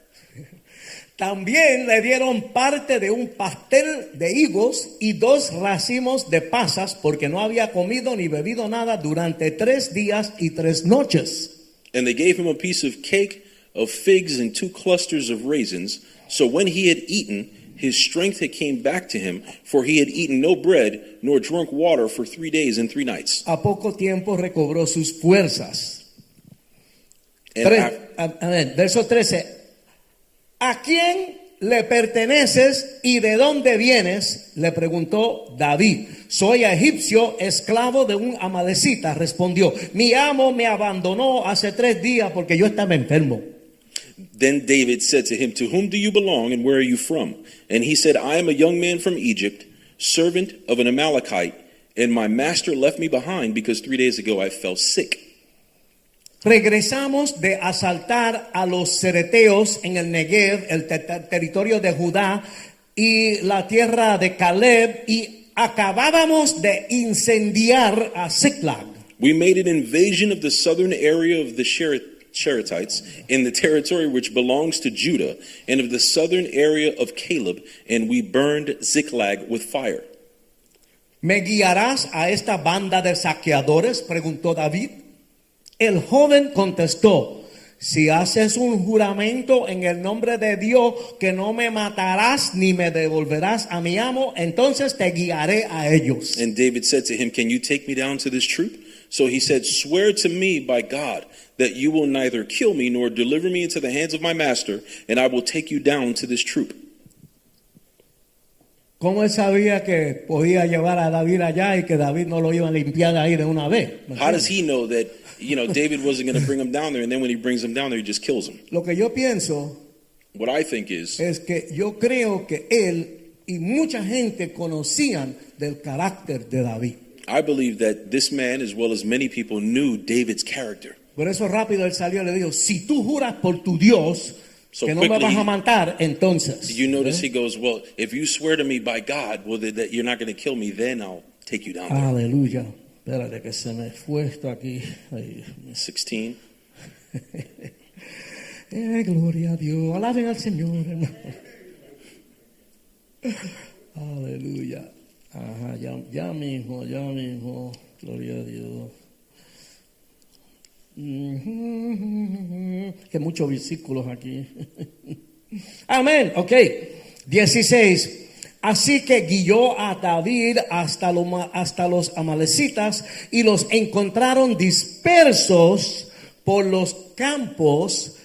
También le dieron parte de un pastel de higos y dos racimos de pasas porque no había comido ni bebido nada durante tres días y tres noches.
And they gave him a piece of cake of figs and two clusters of raisins. So when he had eaten, his strength had came back to him, for he had eaten no bread nor drunk water for three days and three nights.
A poco tiempo recobró sus fuerzas.
And af-
Tres- a- a ver, verso 13. ¿A quién le perteneces y de dónde vienes? Le preguntó David. Soy egipcio, esclavo de un amalecita, respondió. Mi amo me abandonó hace tres días porque yo estaba enfermo.
Then David said to him, To whom do you belong, and where are you from? And he said, I am a young man from Egypt, servant of an Amalekite, and my master left me behind because three days ago I fell sick.
Regresamos de asaltar a los cereteos en el Negev, el ter- ter- territorio de Judá y la tierra de Caleb, y acabábamos de incendiar a Ziklag.
We made an invasion of the southern area of the Sherit- Sheritites in the territory which belongs to Judah, and of the southern area of Caleb, and we burned Ziklag with fire.
¿Me guiarás a esta banda de saqueadores? preguntó David. El joven contestó, si haces un juramento en el nombre de Dios que no me matarás ni me devolverás a mi amo, entonces te guiaré a ellos.
And David said to him, Can you take me down to this troop? So he said, Swear to me by God that you will neither kill me nor deliver me into the hands of my master, and I will take you down to this troop.
¿Cómo él sabía que podía llevar a David allá y que David no lo iba a limpiar ahí de una vez?
How does he know that, you know, David wasn't going to bring him down there, and then when he brings him down there, he just kills him?
Lo que yo pienso
What I think is,
es que yo creo que él y mucha gente conocían del carácter de David.
I believe that this man, as well as many people, knew David's character.
Por eso rápido él salió y le dijo, si tú juras por tu Dios
So
que no me
quickly-
vas a matar, entonces. ¿Eh?
You notice he goes, Well, if you swear to me by God, well, that, that you're not going to kill me, then I'll take you down
Uh.
there.
Aleluya. Espérate que se me fue esto aquí. Ay, Dios mío.
16.
Eh, gloria a Dios. Alaben al Señor, hermano. Aleluya. Ajá, ya, ya mismo, ya mismo. Gloria a Dios. Que muchos versículos aquí. Amén. Ok. 16. Así que guió a David hasta, lo ma- hasta los amalecitas y los encontraron dispersos por los campos,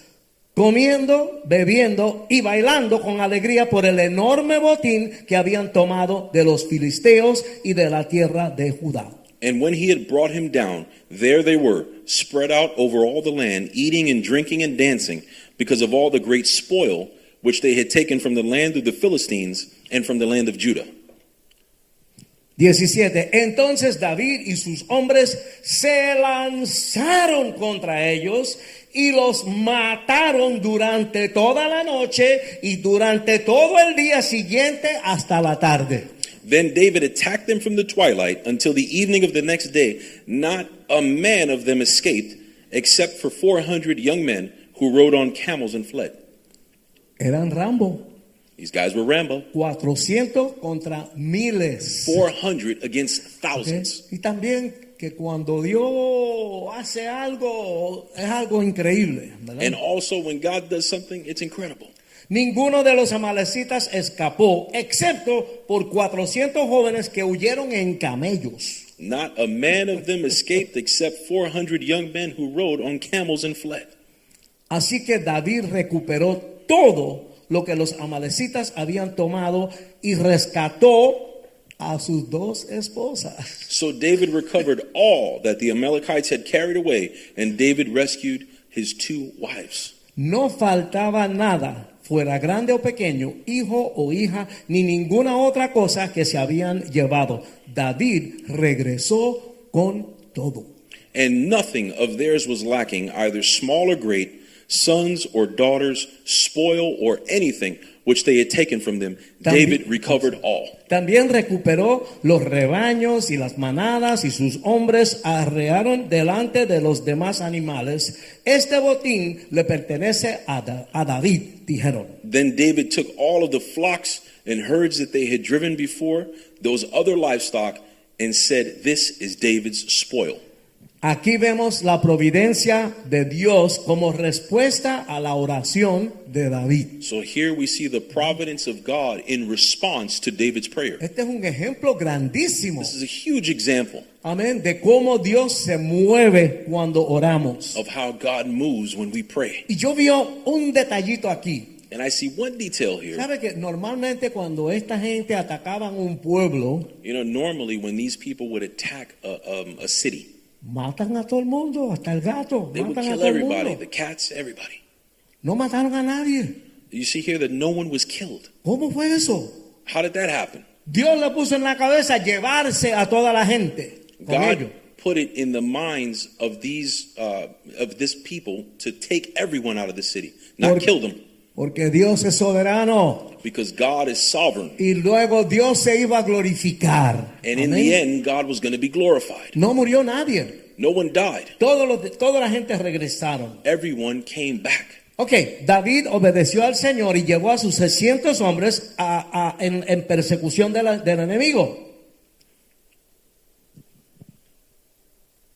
comiendo, bebiendo y bailando con alegría por el enorme botín que habían tomado de los filisteos y de la tierra de Judá.
And when he had brought him down, there they were, spread out over all the land, eating and drinking and dancing, because of all the great spoil which they had taken from the land of the Philistines and from the land of Judah.
17. Entonces David y sus hombres se lanzaron contra ellos y los mataron durante toda la noche y durante todo el día siguiente hasta la tarde.
Then David attacked them from the twilight until the evening of the next day. Not a man of them escaped, except for 400 young men who rode on camels and fled.
Eran Rambo,
These guys were Rambo.
400 contra miles.
400 against
¿Ok?
thousands.
Y también que cuando Dios hace algo, es algo increíble. ¿verdad?
And also, when God does something, it's incredible.
Ninguno de los amalecitas escapó, excepto por 400 jóvenes que huyeron en camellos.
Not a man of them escaped except 400 young men who rode on camels and fled.
Así que David recuperó todo lo que los amalecitas habían tomado y rescató a sus dos esposas.
So David recovered all that the Amalekites had carried away, and David rescued his two wives.
No faltaba nada, fuera grande o pequeño, hijo o hija, ni ninguna otra cosa que se habían llevado. David regresó con todo.
And nothing of theirs was lacking, either small or great, sons or daughters, spoil or anything which they had taken from them.
También-
David recovered all.
También recuperó los rebaños y las manadas y sus hombres arrearon delante de los demás animales. Este botín le pertenece a, Da- a David, dijeron.
Then David took all of the flocks and herds that they had driven before, those other livestock, and said, This is David's spoil.
Aquí vemos la providencia de Dios como respuesta a la oración de David.
So here we see the providence of God in response to David's prayer.
Este es un ejemplo grandísimo,
This is a huge example
amén, de cómo Dios se mueve cuando oramos.
of how God moves when we pray.
Y yo veo un detallito aquí.
And I see one detail here.
¿Sabe que normalmente cuando esta gente atacaban un pueblo,
You know, normally when these people would attack a, um, a city,
matan a todo el mundo, hasta el gato,
they would
matan a
kill
todo el
everybody the
mundo.
cats, everybody.
No mataron a nadie.
You see here that no one was killed.
¿Cómo fue eso?
How did that happen?
Dios le puso en la cabeza llevarse a toda la gente. Con ellos.
God put it in the minds of these uh, of this people to take everyone out of the city, not
Por-
kill them,
Porque Dios es soberano.
because God is sovereign,
Y luego Dios se iba a glorificar.
and
Amén.
in the end, God was going to be glorified.
No murió nadie.
No one died.
Todos los- toda la gente regresaron.
Everyone came back.
Ok, David obedeció al Señor y llevó a sus 600 hombres a- a- en, en persecución de la- del enemigo.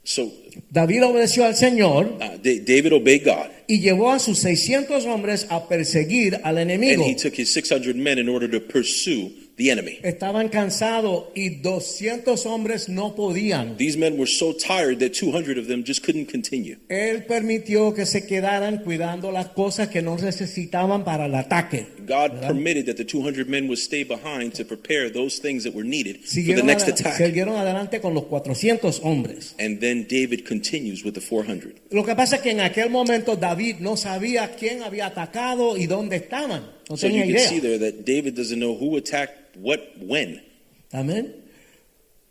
So
David obedeció al Señor
uh, Da- David obeyed God,
y llevó a sus 600 hombres a perseguir al
and
enemigo.
he took his 600 men in order to pursue the enemy.
Estaban cansados y 200 hombres no podían.
These men were so tired that 200 of them just couldn't continue.
Él permitió que se quedaran cuidando las cosas que no necesitaban para el ataque.
God permitted that the 200 men would stay behind to prepare those things that were needed for the
Siguieron,
next
ada-
attack.
siguieron adelante con los 400 hombres.
And then David continues with the 400.
Lo que pasa es que en aquel momento David no sabía quién había atacado y dónde estaban. No
So
tenía
you can see
idea.
there that David doesn't know who attacked what when.
Amén.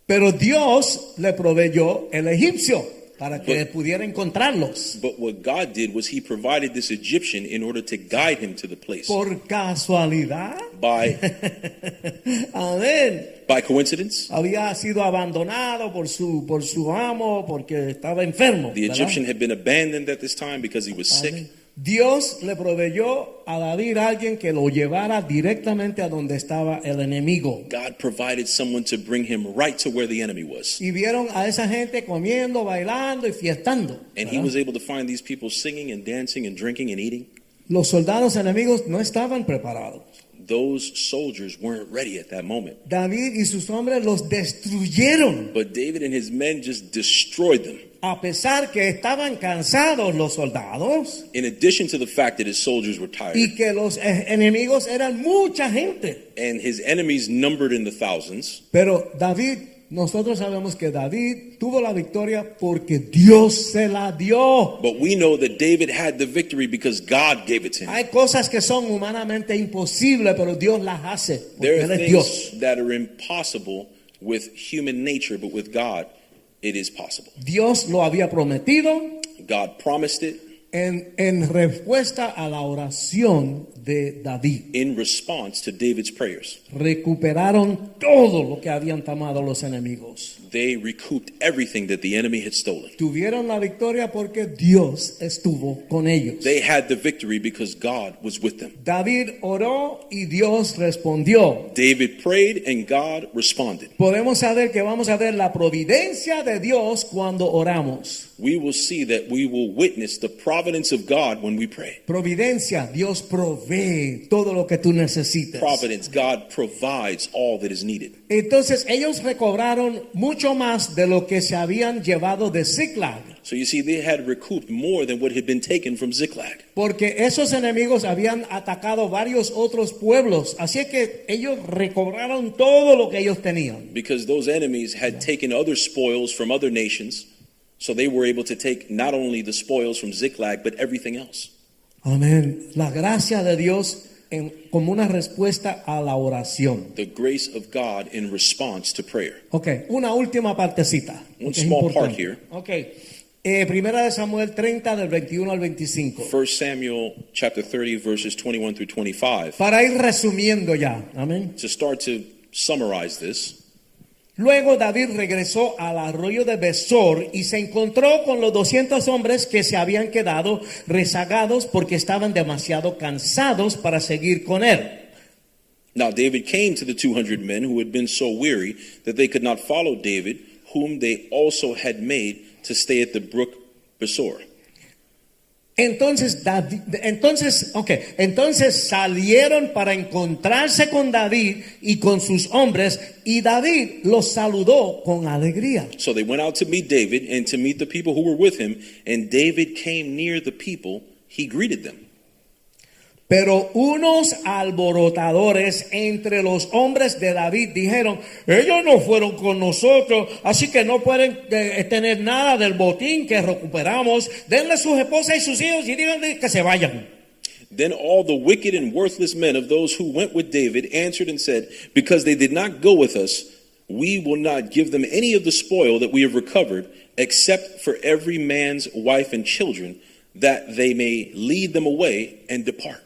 Pero Dios le proveyó el egipcio para que
But-
pudiera encontrarlos.
But what God did was he provided this Egyptian in order to guide him to the place.
Por casualidad.
By
Amén.
by coincidence,
Había sido abandonado por su, por su amo porque estaba enfermo.
the
¿verdad? Ah,
Egyptian had been abandoned at this time because he was sick.
Amén. Dios le proveyó a David alguien que lo llevara directamente a donde estaba el enemigo.
God provided someone to bring him right to where the enemy was.
Y vieron a esa gente comiendo, bailando y fiestando.
And he
¿verdad?
was able to find these people singing and dancing and drinking and eating.
Los soldados enemigos no estaban preparados.
Those soldiers weren't ready at that moment.
David y sus hombres los destruyeron.
But David and his men just destroyed them.
A pesar que estaban cansados los soldados
In addition to the fact that his soldiers were tired.
y que los eh, enemigos eran mucha gente.
and his enemies numbered in the thousands.
Pero David, nosotros sabemos que David tuvo la victoria porque Dios se la dio.
But we know that David had the victory because God gave it to him.
Hay cosas que son humanamente imposibles, pero Dios las hace. Porque
There are
Él es
things
Dios.
that are impossible with human nature, but with God, it is possible.
Dios lo había prometido
God promised it
en, en respuesta a la oración de David.
in response to David's prayers.
Recuperaron todo lo que habían tomado los enemigos.
They recouped everything that the enemy had stolen.
Tuvieron la victoria porque Dios estuvo con ellos.
They had the victory because God was with them.
David oró y Dios respondió.
David prayed and God responded.
Podemos saber que vamos a ver la providencia de Dios cuando oramos.
We will see that we will witness the providence of God when we pray.
Providencia, Dios provee todo lo que tú necesitas.
Providence, God provides all that is needed.
Entonces ellos recobraron mucho más de lo que se habían llevado de Ziklag,
So you see, they had recouped more than what had been taken from Ziklag.
porque esos enemigos habían atacado varios otros pueblos, así que ellos recobraron todo lo que ellos tenían.
because those enemies had taken other spoils from other nations. So they were able to take not only the spoils from Ziklag, but everything else.
Amén. La gracia de Dios en- como una respuesta a la oración.
The grace of God in response to prayer.
Ok, una última partecita.
One
que es
small
importante.
part here.
Ok, Eh, primera de Samuel 30 del 21 al 25.
1 Samuel chapter 30, verses 21 through 25.
Para ir resumiendo ya, amén.
To start to summarize this,
Luego David regresó al arroyo de Besor y se encontró con los 200 hombres que se habían quedado rezagados porque estaban demasiado cansados para seguir con él.
now David came to the 200 men who had been so weary that they could not follow David, whom they also had made to stay at the brook Besor.
Entonces, David- entonces, ok, entonces salieron para encontrarse con David y con sus hombres y David los saludó con alegría.
So they went out to meet David and to meet the people who were with him, and David came near the people. He greeted them.
Pero unos alborotadores entre los hombres de David dijeron, ellos no fueron con nosotros, así que no pueden eh, tener nada del botín que recuperamos. Denle sus esposas y sus hijos y díganle que se vayan.
Then all the wicked and worthless men of those who went with David answered and said, Because they did not go with us, we will not give them any of the spoil that we have recovered, except for every man's wife and children, that they may lead them away and depart.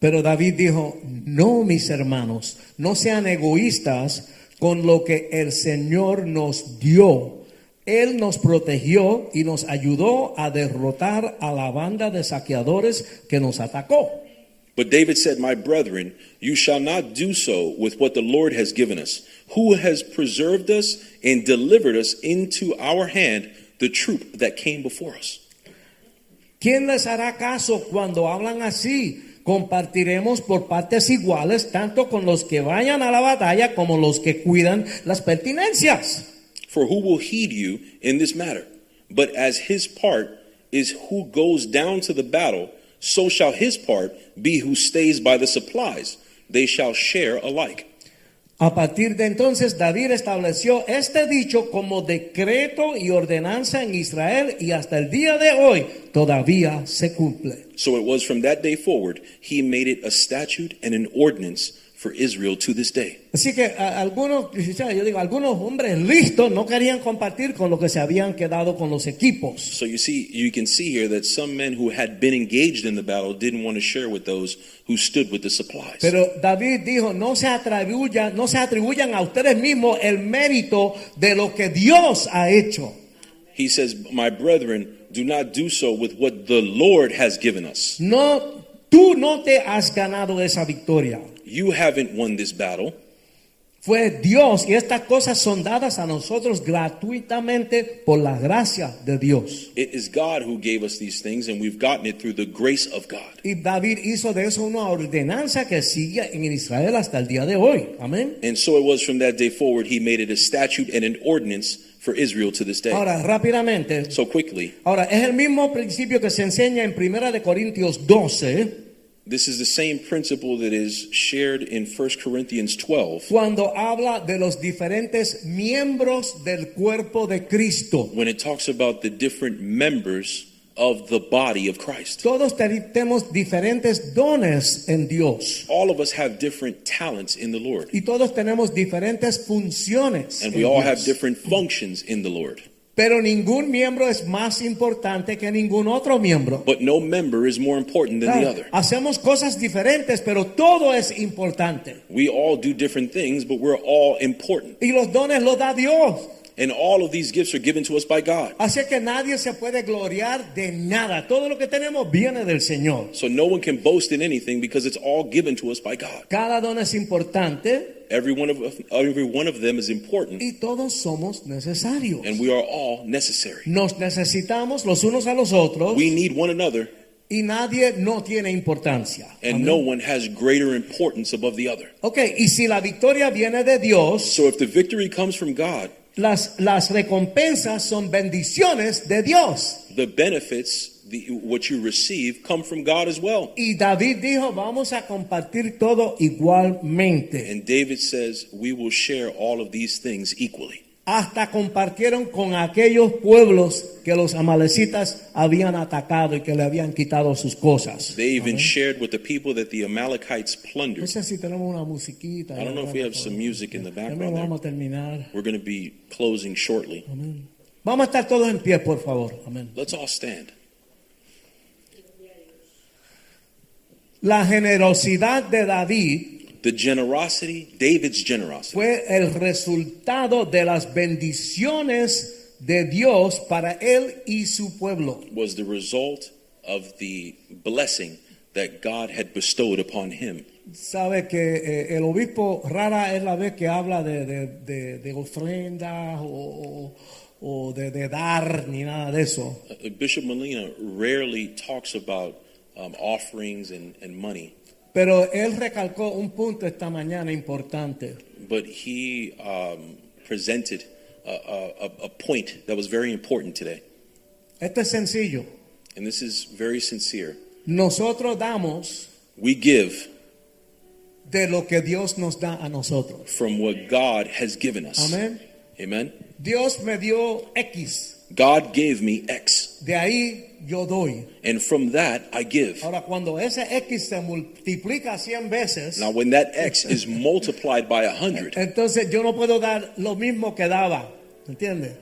Pero David dijo, no, mis hermanos, no sean egoístas con lo que el Señor nos dio. Él nos protegió y nos ayudó a derrotar a la banda de saqueadores que nos atacó.
But David said, My brethren, you shall not do so with what the Lord has given us, who has preserved us and delivered us into our hand, the troop that came before us.
¿Quién les hará caso cuando hablan así? Compartiremos por partes iguales tanto con los que vayan a la batalla como los que cuidan las pertinencias.
For who will heed you in this matter? But as his part is who goes down to the battle, so shall his part be who stays by the supplies. They shall share alike.
A partir de entonces David estableció este dicho como decreto y ordenanza en Israel y hasta el día de hoy todavía se cumple.
So it was from that day forward, he made it a statute and an ordinance for Israel to this day.
Así que a- algunos, yo digo, algunos hombres listos no querían compartir con lo que se habían quedado con los equipos.
So you see, you can see here that some men who had been engaged in the battle didn't want to share with those who stood with the supplies.
Pero David dijo, no se atribuyan, no se atribuyan a ustedes mismos el mérito de lo que Dios ha hecho.
He says, My brethren, do not do so with what the Lord has given us.
No, tú no te has ganado esa victoria.
You haven't won this battle.
Fue Dios y estas cosas son dadas a nosotros gratuitamente por la gracia de Dios.
It is God who gave us these things, and we've gotten it through the grace of God.
Y David hizo de eso una ordenanza que sigue en Israel hasta el día de hoy. Amén.
And so it was from that day forward, he made it a statute and an ordinance for Israel to this day.
Ahora, rápidamente.
So quickly,
Ahora, es el mismo principio que se enseña en 1 de Corintios 12,
this is the same principle that is shared in 1 Corinthians 12
cuando habla de los diferentes miembros del cuerpo de Cristo.
when it talks about the different members of the body of Christ.
Todos tenemos diferentes dones en Dios.
All of us have different talents in the Lord,
Y todos tenemos diferentes funciones.
and
en
we all have
Dios.
different functions in the Lord.
Pero ningún miembro es más importante que ningún otro miembro.
But no member is more important than the
Claro,
other.
hacemos cosas diferentes, pero todo es importante.
We all do different things, but we're all important.
Y los dones los da Dios.
And all of these gifts are given to us by God.
Así que nadie se puede gloriar de nada. Todo lo que tenemos viene del Señor.
So no one can boast in anything because it's all given to us by God.
Cada don es importante
Every one of every one of them is important,
y todos somos necesarios.
and we are all necessary.
Nos necesitamos los unos a los otros
We need one another,
y nadie no tiene importancia.
and no one has greater importance above the other.
Ok, y si la victoria viene de Dios,
So if the victory comes from God,
Las, las recompensas son bendiciones de Dios.
the benefits, the, what you receive, come from God as well.
Y David dijo, vamos a compartir todo igualmente.
And David says, "We will share all of these things equally."
Hasta compartieron con aquellos pueblos que los amalecitas habían atacado y que le habían quitado sus cosas.
They even shared with the people that the Amalekites
No
plundered.
sé si tenemos una musiquita.
I don't know if we have some music in the
Ya
background
mismo
there.
vamos a terminar.
We're going to be closing shortly.
Vamos a estar todos en pie, por favor. Amén.
Let's all stand.
La generosidad de David
The generosity, David's generosity,
fue el resultado de las bendiciones de Dios para él y su pueblo.
was the result of the blessing that God had bestowed upon him.
Sabe que eh, el obispo rara es la vez que habla de, de- de- de ofrendas o, o- o de, de dar ni nada de eso.
Uh, Bishop Molina rarely talks about um, offerings and, and money,
Pero él recalcó un punto esta mañana importante.
but he um, presented a, a, a- a point that was very important today.
Esto Este es sencillo.
And this is very sincere.
Nosotros damos
We give
de lo que Dios nos da a nosotros.
from what God has given us.
Amén.
Amen.
Dios me dio X,
God gave me X,
de ahí yo doy.
and from that I give.
Ahora, cuando ese X se multiplica 100 veces,
Now, when that X is multiplied by a 100,
entonces yo no puedo dar lo mismo que daba. ¿Entiendes?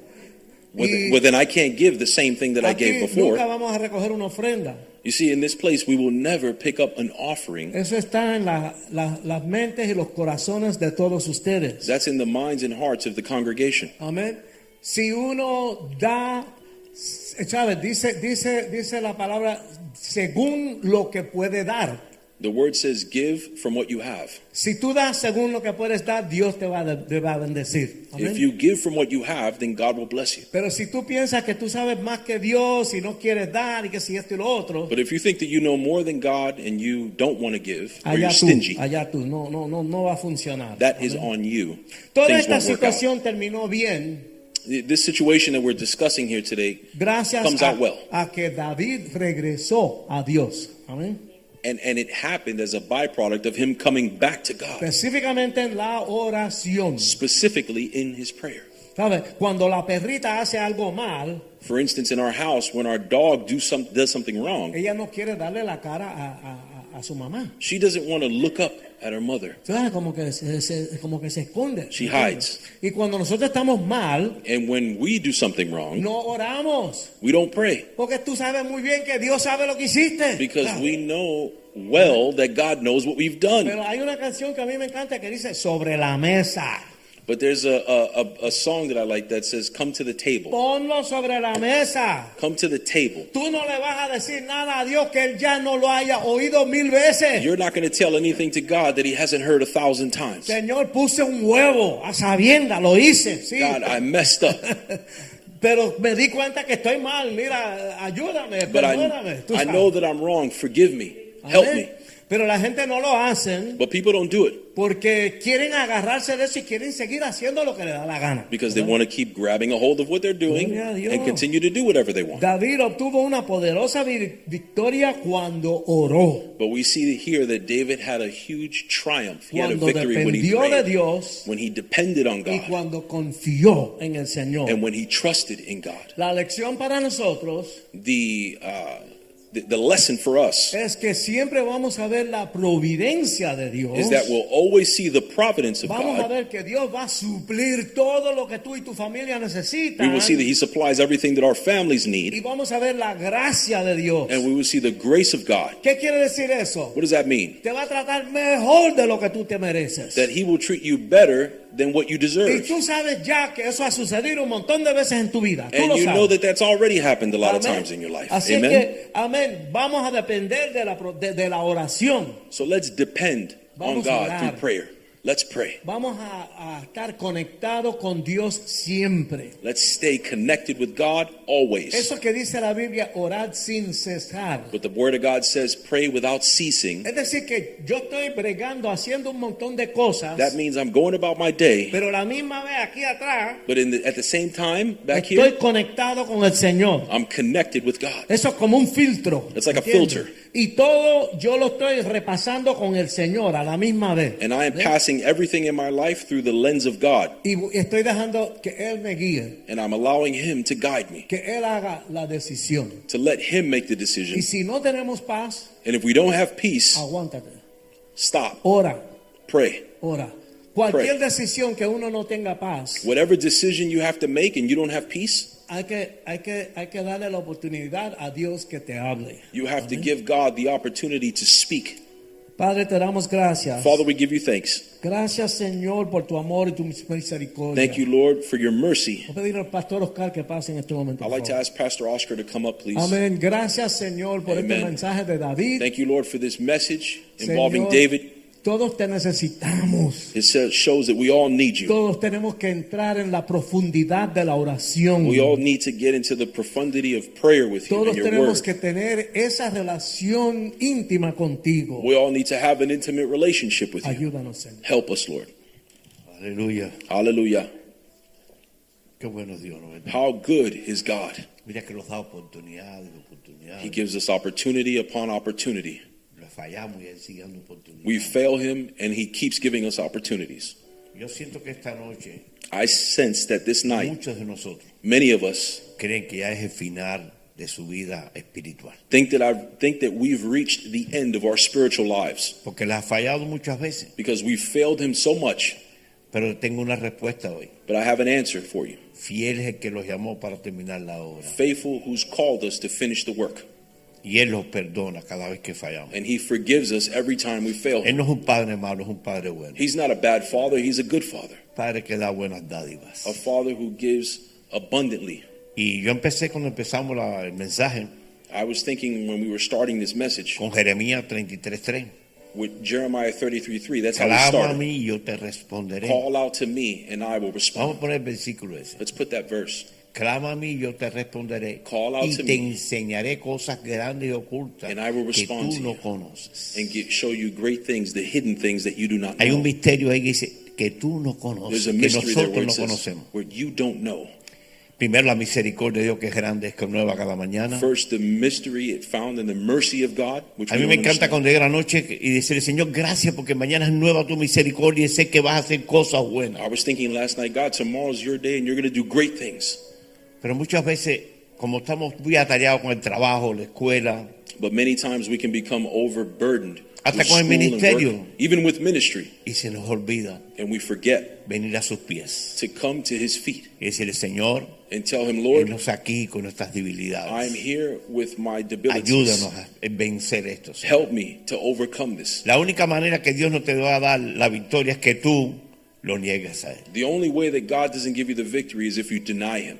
well,
Y-
th- well, then I can't give the same thing that I
Aquí
gave
nunca
before.
vamos a recoger una ofrenda.
You see, in this place, we will never pick up an offering.
Eso está en la- la- las mentes y los corazones de todos ustedes.
That's in the minds and hearts of the congregation.
Amén. Si uno da, eh, ¿sabes? Dice, dice, dice la palabra según lo que puede dar.
The word says, give from what you have.
Si tú das según lo que puedes dar, Dios te va a, te va a bendecir. Amén.
If you give from what you have, then God will bless you.
Pero si tú piensas que tú sabes más que Dios y no quieres dar y que si esto y lo otro,
But if you think that you know more than God and you don't want to give, or
allá
you're
tú,
stingy,
allá tú, no, no, no, no va a funcionar.
that is
Amén.
on you.
Toda
Things
esta
won't work out.
situación terminó bien.
This situation that we're discussing here today
Gracias
comes
a,
out well.
a que David regresó a Dios. Amén.
And, and it happened as a byproduct of him coming back to God,
Específicamente en la oración.
specifically in his prayer.
¿Sabe? Cuando la perrita hace algo mal,
For instance, in our house, when our dog do some, does something wrong,
ella no quiere darle la cara a, a- a- a su mamá.
she doesn't want to look up at her mother.
¿Sabe? Como que se, se- como que se esconde.
She hides.
Y cuando nosotros estamos mal,
And when we do something wrong,
no oramos.
we don't pray
Porque tú sabes muy bien que Dios sabe lo que hiciste.
because
¿Sabe?
we know well that God knows what we've done.
Pero hay una canción que a mí me encanta que dice, sobre la mesa.
But there's a, a, a, a song that I like that says, Come to the table.
Ponlo sobre la mesa.
Come to the table.
Tú no le vas a decir nada a Dios que él ya no lo haya oído mil veces.
You're not going to tell anything to God that he hasn't heard a thousand times.
Señor, puse un huevo a sabienda, lo hice, sí.
God, I messed up.
Pero me di cuenta que estoy mal. Mira, ayúdame,
But
perdóname.
I,
tú
I
sabes.
know that I'm wrong. Forgive me. Help
Amén.
me.
Pero la gente no lo hacen
But people don't do it
porque quieren agarrarse de eso y quieren seguir haciendo lo que le da la gana.
because they want to keep grabbing a hold of what they're doing
Gloria a Dios.
and continue to do whatever they want.
David obtuvo una poderosa vi- victoria cuando oró,
But we see here that David had a huge triumph. He had a
cuando
victory when he
dependió de
prayed,
Dios
when he depended on
y
God,
cuando confió en el Señor.
and when he trusted in God.
La lección para nosotros
The uh, the, the lesson for us
es que siempre vamos a ver la providencia de Dios.
is that we'll always see the providence of
Vamos a
God.
ver que Dios va a suplir todo lo que tú y tu familia
We
necesitan.
will see that He supplies everything that our families
y
need,
vamos a ver la gracia de Dios.
and we will see the grace of God.
¿Qué quiere decir eso?
What does that mean?
Te va a tratar mejor de lo que tú te mereces.
That He will treat you better than what you
Y
deserve.
tú sabes ya que eso ha sucedido un montón de veces en tu vida. Tú
And
lo
you know
sabes.
that that's already happened a lot of
Amén.
times in your life.
Así es
Amen.
que, amén, vamos a depender de la, pro- de- de la oración.
So let's depend on
Vamos a
God
orar.
through prayer. Let's pray.
Vamos a, a estar conectados con Dios siempre.
Let's stay connected with God always.
Eso que dice la Biblia, orad sin cesar.
But the Word of God says, pray without ceasing.
Es decir, que yo estoy bregando, haciendo un montón de cosas,
That means I'm going about my day,
pero la misma vez aquí atrás
but in the, at the same time, back
estoy
here,
conectado con el Señor.
I'm connected with God.
Eso es como un filtro.
It's like a
¿entiendes?
filter.
Y todo yo lo estoy repasando con el Señor a la misma vez.
And I am passing everything in my life through the lens of God.
Y estoy dejando que Él me guíe,
and I'm allowing Him to guide me,
que Él haga la decisión.
to let Him make the decision.
Y si no tenemos paz,
And if we don't have peace,
aguántate.
stop,
Ora,
pray.
ora. Cualquier decisión que uno no tenga paz,
Whatever decision you have to make and you don't have peace,
Hay que, hay, que, hay que darle la oportunidad a Dios que te hable.
you have to give God the opportunity to speak.
Padre, te damos gracias.
Father, we give you thanks.
gracias, Señor, por tu amor y tu misericordia.
Thank you, Lord, for your mercy.
Voy a pedir al pastor Oscar que pase en este momento.
I'd
por
like to
favor.
ask Pastor Oscar to come up, please.
Amén. Gracias, Señor, por este
Amen.
mensaje de David.
Thank you, Lord, for this message
Señor,
involving David.
Todos te necesitamos.
It says, shows that we all need you.
Todos tenemos que entrar en la profundidad de la oración.
We all need to get into the profundity of prayer with you
Todos
and your
tenemos
word.
que tener esa relación íntima contigo.
We all need to have an intimate relationship with you.
Ayúdanos, Señor.
Help us, Lord.
Aleluya.
Hallelujah.
Qué bueno es Dios. ¿no? ¿Verdad?
How good is God.
Mira que nos da oportunidades,
He
oportunidades.
gives us opportunity upon opportunity.
Le fallamos y él sigue dando oportunidades.
We fail him and he keeps giving us opportunities.
Yo siento que esta noche
I sense that this night,
muchos de nosotros
many of us
creen que ya es el final de su vida espiritual.
think that I think that we've reached the end of our spiritual lives
Porque le ha fallado muchas veces.
because we've failed him so much.
Pero tengo una respuesta hoy.
But I have an answer for you.
Fiel es el que los llamó para terminar la obra.
Faithful who's called us to finish the work.
Y Él los perdona cada vez que fallamos.
And he forgives us every time we fail him.
Él no es un padre malo, es un padre bueno.
He's not a bad father, he's a good father.
Padre que da buenas dádivas.
A father who gives abundantly.
Y yo empecé cuando empezamos la- el mensaje
I was thinking when we were starting this message
con Jeremías 33.3.
with Jeremiah 33 3. That's how we
Clama a
started.
mí y yo te responderé.
Call out to me and I will
Vamos
respond.
a poner el versículo ese.
Let's put that verse.
Clama a mí y yo te responderé.
Call out
y
to
te
me.
enseñaré cosas grandes y ocultas
And I will
que
respond
tú
to
no
you.
conoces.
and get, show you great things, the hidden things that you do not
Hay un
know.
misterio ahí que dice que tú no conoces,
There's a
que
mystery there where it
nosotros no
says,
conocemos.
where you don't know.
Primero la misericordia de Dios que es grande, es que nueva cada mañana.
First, the mystery it found in the mercy of God, which
A
we
mí me
don't
encanta
understand.
cuando llega la noche y decirle, Señor, gracias porque mañana es nueva tu misericordia y sé que vas a hacer cosas buenas.
I was thinking last night, God, tomorrow's your day, and you're going to do great things.
Pero muchas veces, como estamos muy atareados con el trabajo, la escuela,
But many times we can become overburdened.
Hasta
with
con el
school and
ministerio.
work, even with ministry,
y se nos olvida
and we forget
venir a sus pies
to come to His feet
y decirle, Señor,
and tell Him, Lord,
nos aquí con nuestras
I'm
debilidades.
here with my debilities.
Ayúdanos a vencer esto. Señor".
Help me to overcome this.
La única manera que Dios no te va a dar la victoria es que tú lo niegues a Él.
The only way that God doesn't give you the victory is if you deny Him.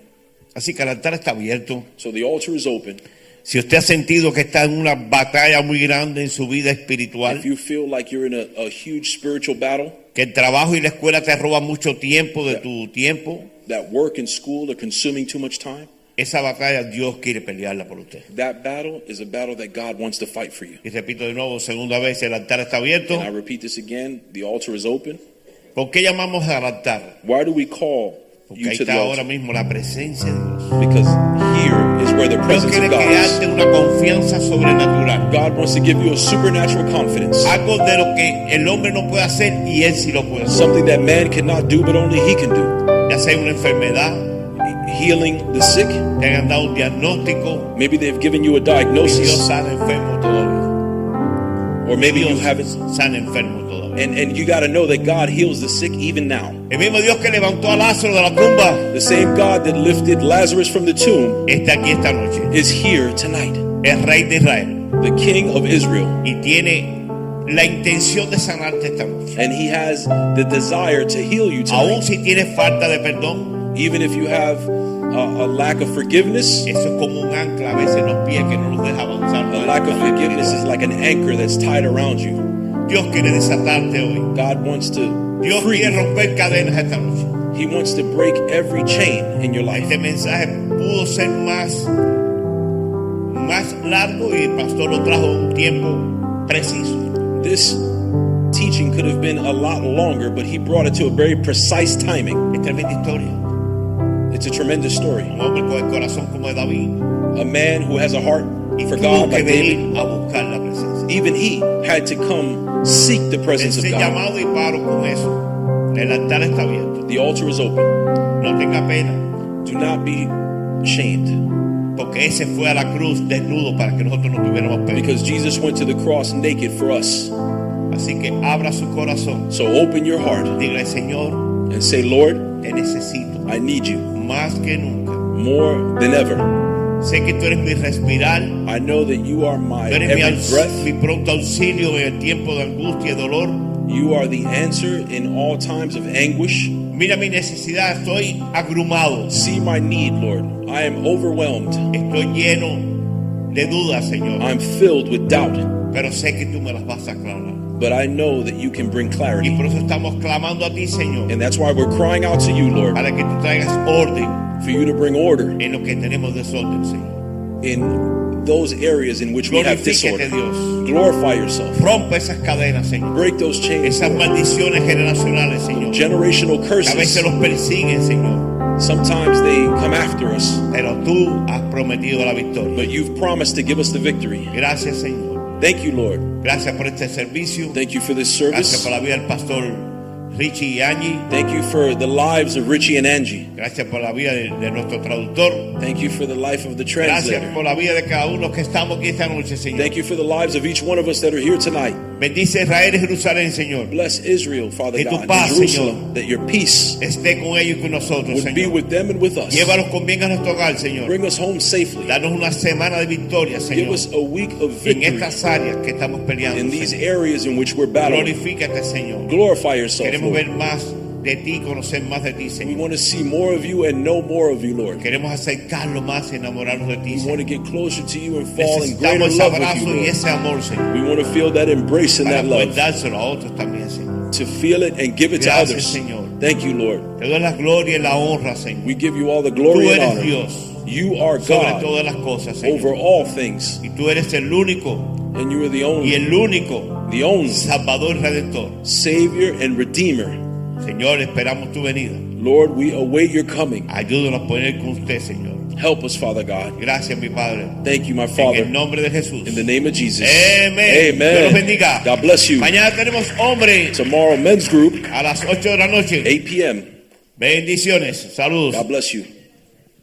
Así que el altar está abierto.
So the altar is open.
Si usted ha sentido que está en una batalla muy grande en su vida
If
espiritual,
you feel like you're in a, a huge spiritual battle,
que el trabajo y la escuela te roban mucho tiempo de tu tiempo,
that work and school are consuming too much time,
esa batalla Dios quiere pelearla por usted.
that battle is a battle that God wants to fight for you.
Y repito de nuevo, segunda vez, el altar está abierto.
And I repeat this again the altar is open.
¿Por qué llamamos al altar?
Why do we call
Porque
you
ahí
to the
está ahora
altar?
mismo la presencia de Dios.
Because here is where the
Dios
presence
quiere
of God is.
crearte una confianza sobrenatural.
God wants to give you a supernatural confidence,
Algo de lo que el hombre no puede hacer y él sí lo puede hacer.
something that man cannot do, but only He can do.
Ya sea una enfermedad,
Healing the sick,
te han dado un diagnóstico
maybe they've given you a
y Dios
diagnosis,
sana enfermo todavía.
or maybe you
Dios
haven't.
sana enfermo todavía.
And, and you got to know that God heals the sick even now.
El mismo Dios que levantó a Lázaro de la tumba
The same God that lifted Lazarus from the tomb
está aquí esta noche.
is here tonight,
Es rey de Israel
the King of Israel,
y tiene la intención de sanarte esta noche.
and he has the desire to heal you
Aún
tonight.
si tienes falta de perdón,
Even if you have a, a lack of forgiveness,
eso es como un ancla a veces en los pies que no nos deja avanzar.
a lack of forgiveness is like an anchor that's tied around you.
Dios quiere desatarte hoy.
God wants to
Dios
free
quiere
you.
romper cadenas esta noche.
He wants to break every chain in your life.
Este mensaje pudo ser más, más largo y el pastor lo trajo a un tiempo preciso.
This teaching could have been a lot longer, but he brought it to a very precise timing.
Esta es mi historia.
It's a tremendous story.
Un hombre con el corazón como de David.
A man who has a heart
y
for
tuvo
God
que
like David.
venir a buscar la presencia.
Even he had to come seek the presence
Ese
of God.
llamado y paro con eso. El altar está abierto.
The altar is open.
No tenga pena,
Do not be shamed
porque ese fue a la cruz desnudo para que nosotros no tuviéramos pena.
because Jesus went to the cross naked for us.
Así que abra su corazón.
So open your heart
Dígale, Señor,
and say, Lord,
te necesito
I need you
más que nunca.
more than ever.
Sé que tú eres mi respirar, tú
I know that you are my
eres
every
mi, aux- mi
breath.
pronto auxilio en el tiempo de angustia y dolor.
You are the answer in all times of anguish.
Mira mi necesidad, estoy agrumado,
See my need, Lord. I am overwhelmed.
estoy lleno de dudas, Señor,
Ah. I'm filled with doubt,
pero sé que tú me las vas a aclarar.
But I know that you can bring
Y
clarity.
por eso estamos clamando a ti, Señor,
And that's why we're crying out to you, Lord,
para que tú traigas orden
for you to bring order
en lo que tenemos desorden, Señor.
in those areas in which we have
Glorifícate,
disorder.
Dios.
Glorify yourself.
Rompe esas cadenas, Señor.
Break those chains.
Esas maldiciones generacionales, Señor.
Generational
A veces
curses,
los persiguen, Señor.
sometimes they come after us,
Pero tú has prometido la victoria.
but you've promised to give us the victory.
Gracias, Señor.
Thank you, Lord.
Gracias por este servicio.
Thank you for this
Gracias
service.
por la vida del pastor Richie y Angie.
Thank you for the lives of Richie and Angie.
Gracias por la vida de, de nuestro traductor.
Thank you for the life of the
Gracias
translator.
por la vida de cada uno que estamos aquí esta noche, Señor.
Thank you for the lives of each one of us that are here tonight.
Bendice Israel y Jerusalén, Señor.
Bless Israel, Father
Y tu
God, and
paz,
Jerusalem,
Señor.
that your peace
Esté con ellos y con nosotros,
would be
Señor.
with them and with us.
Llévalos con bien a nuestro hogar, Señor.
Bring us home safely.
Danos una semana de victoria,
Give
Señor.
us a week of
En
victory
estas áreas que estamos
in
peleando,
these
Señor.
areas in which we're battling.
Glorifícate, Señor.
Glorify yourself,
Queremos
Lord.
ver más de ti, conocer más de ti,
We
Señor.
want to see more of you and know more of you, Lord.
Queremos acercarlo más, enamorarnos de
We
ti,
want
Señor.
to get closer to you and fall in greater
Necesitamos ese
love with
abrazo
you,
y
Lord.
ese amor, Señor.
We want to feel that embrace and
Para
that
poder
love,
dárselo a otros también, Señor.
to feel it and give it to
Gracias,
others.
Señor.
Thank you, Lord.
Te doy la gloria y la honra, Señor.
We give you all the
Tú
glory and
eres
honor.
Dios
You are
sobre
God
todas las cosas, Señor.
over all things,
Y tú eres el único
and you are the
y
only,
el único
the only
Salvador y Redentor.
Savior and Redeemer.
Señor, esperamos tu venida.
Lord, we await your coming.
Ayúdanos a poner con usted, Señor.
Help us, Father God.
Gracias, mi Padre.
Thank you, my
En el
Father.
nombre de Jesús.
In the name of Jesus.
Amén. Dios los bendiga.
Amen. God bless you.
Mañana tenemos hombre
Tomorrow, men's group,
a las 8 de la noche.
8 p.m.
Bendiciones. Saludos.
God bless you.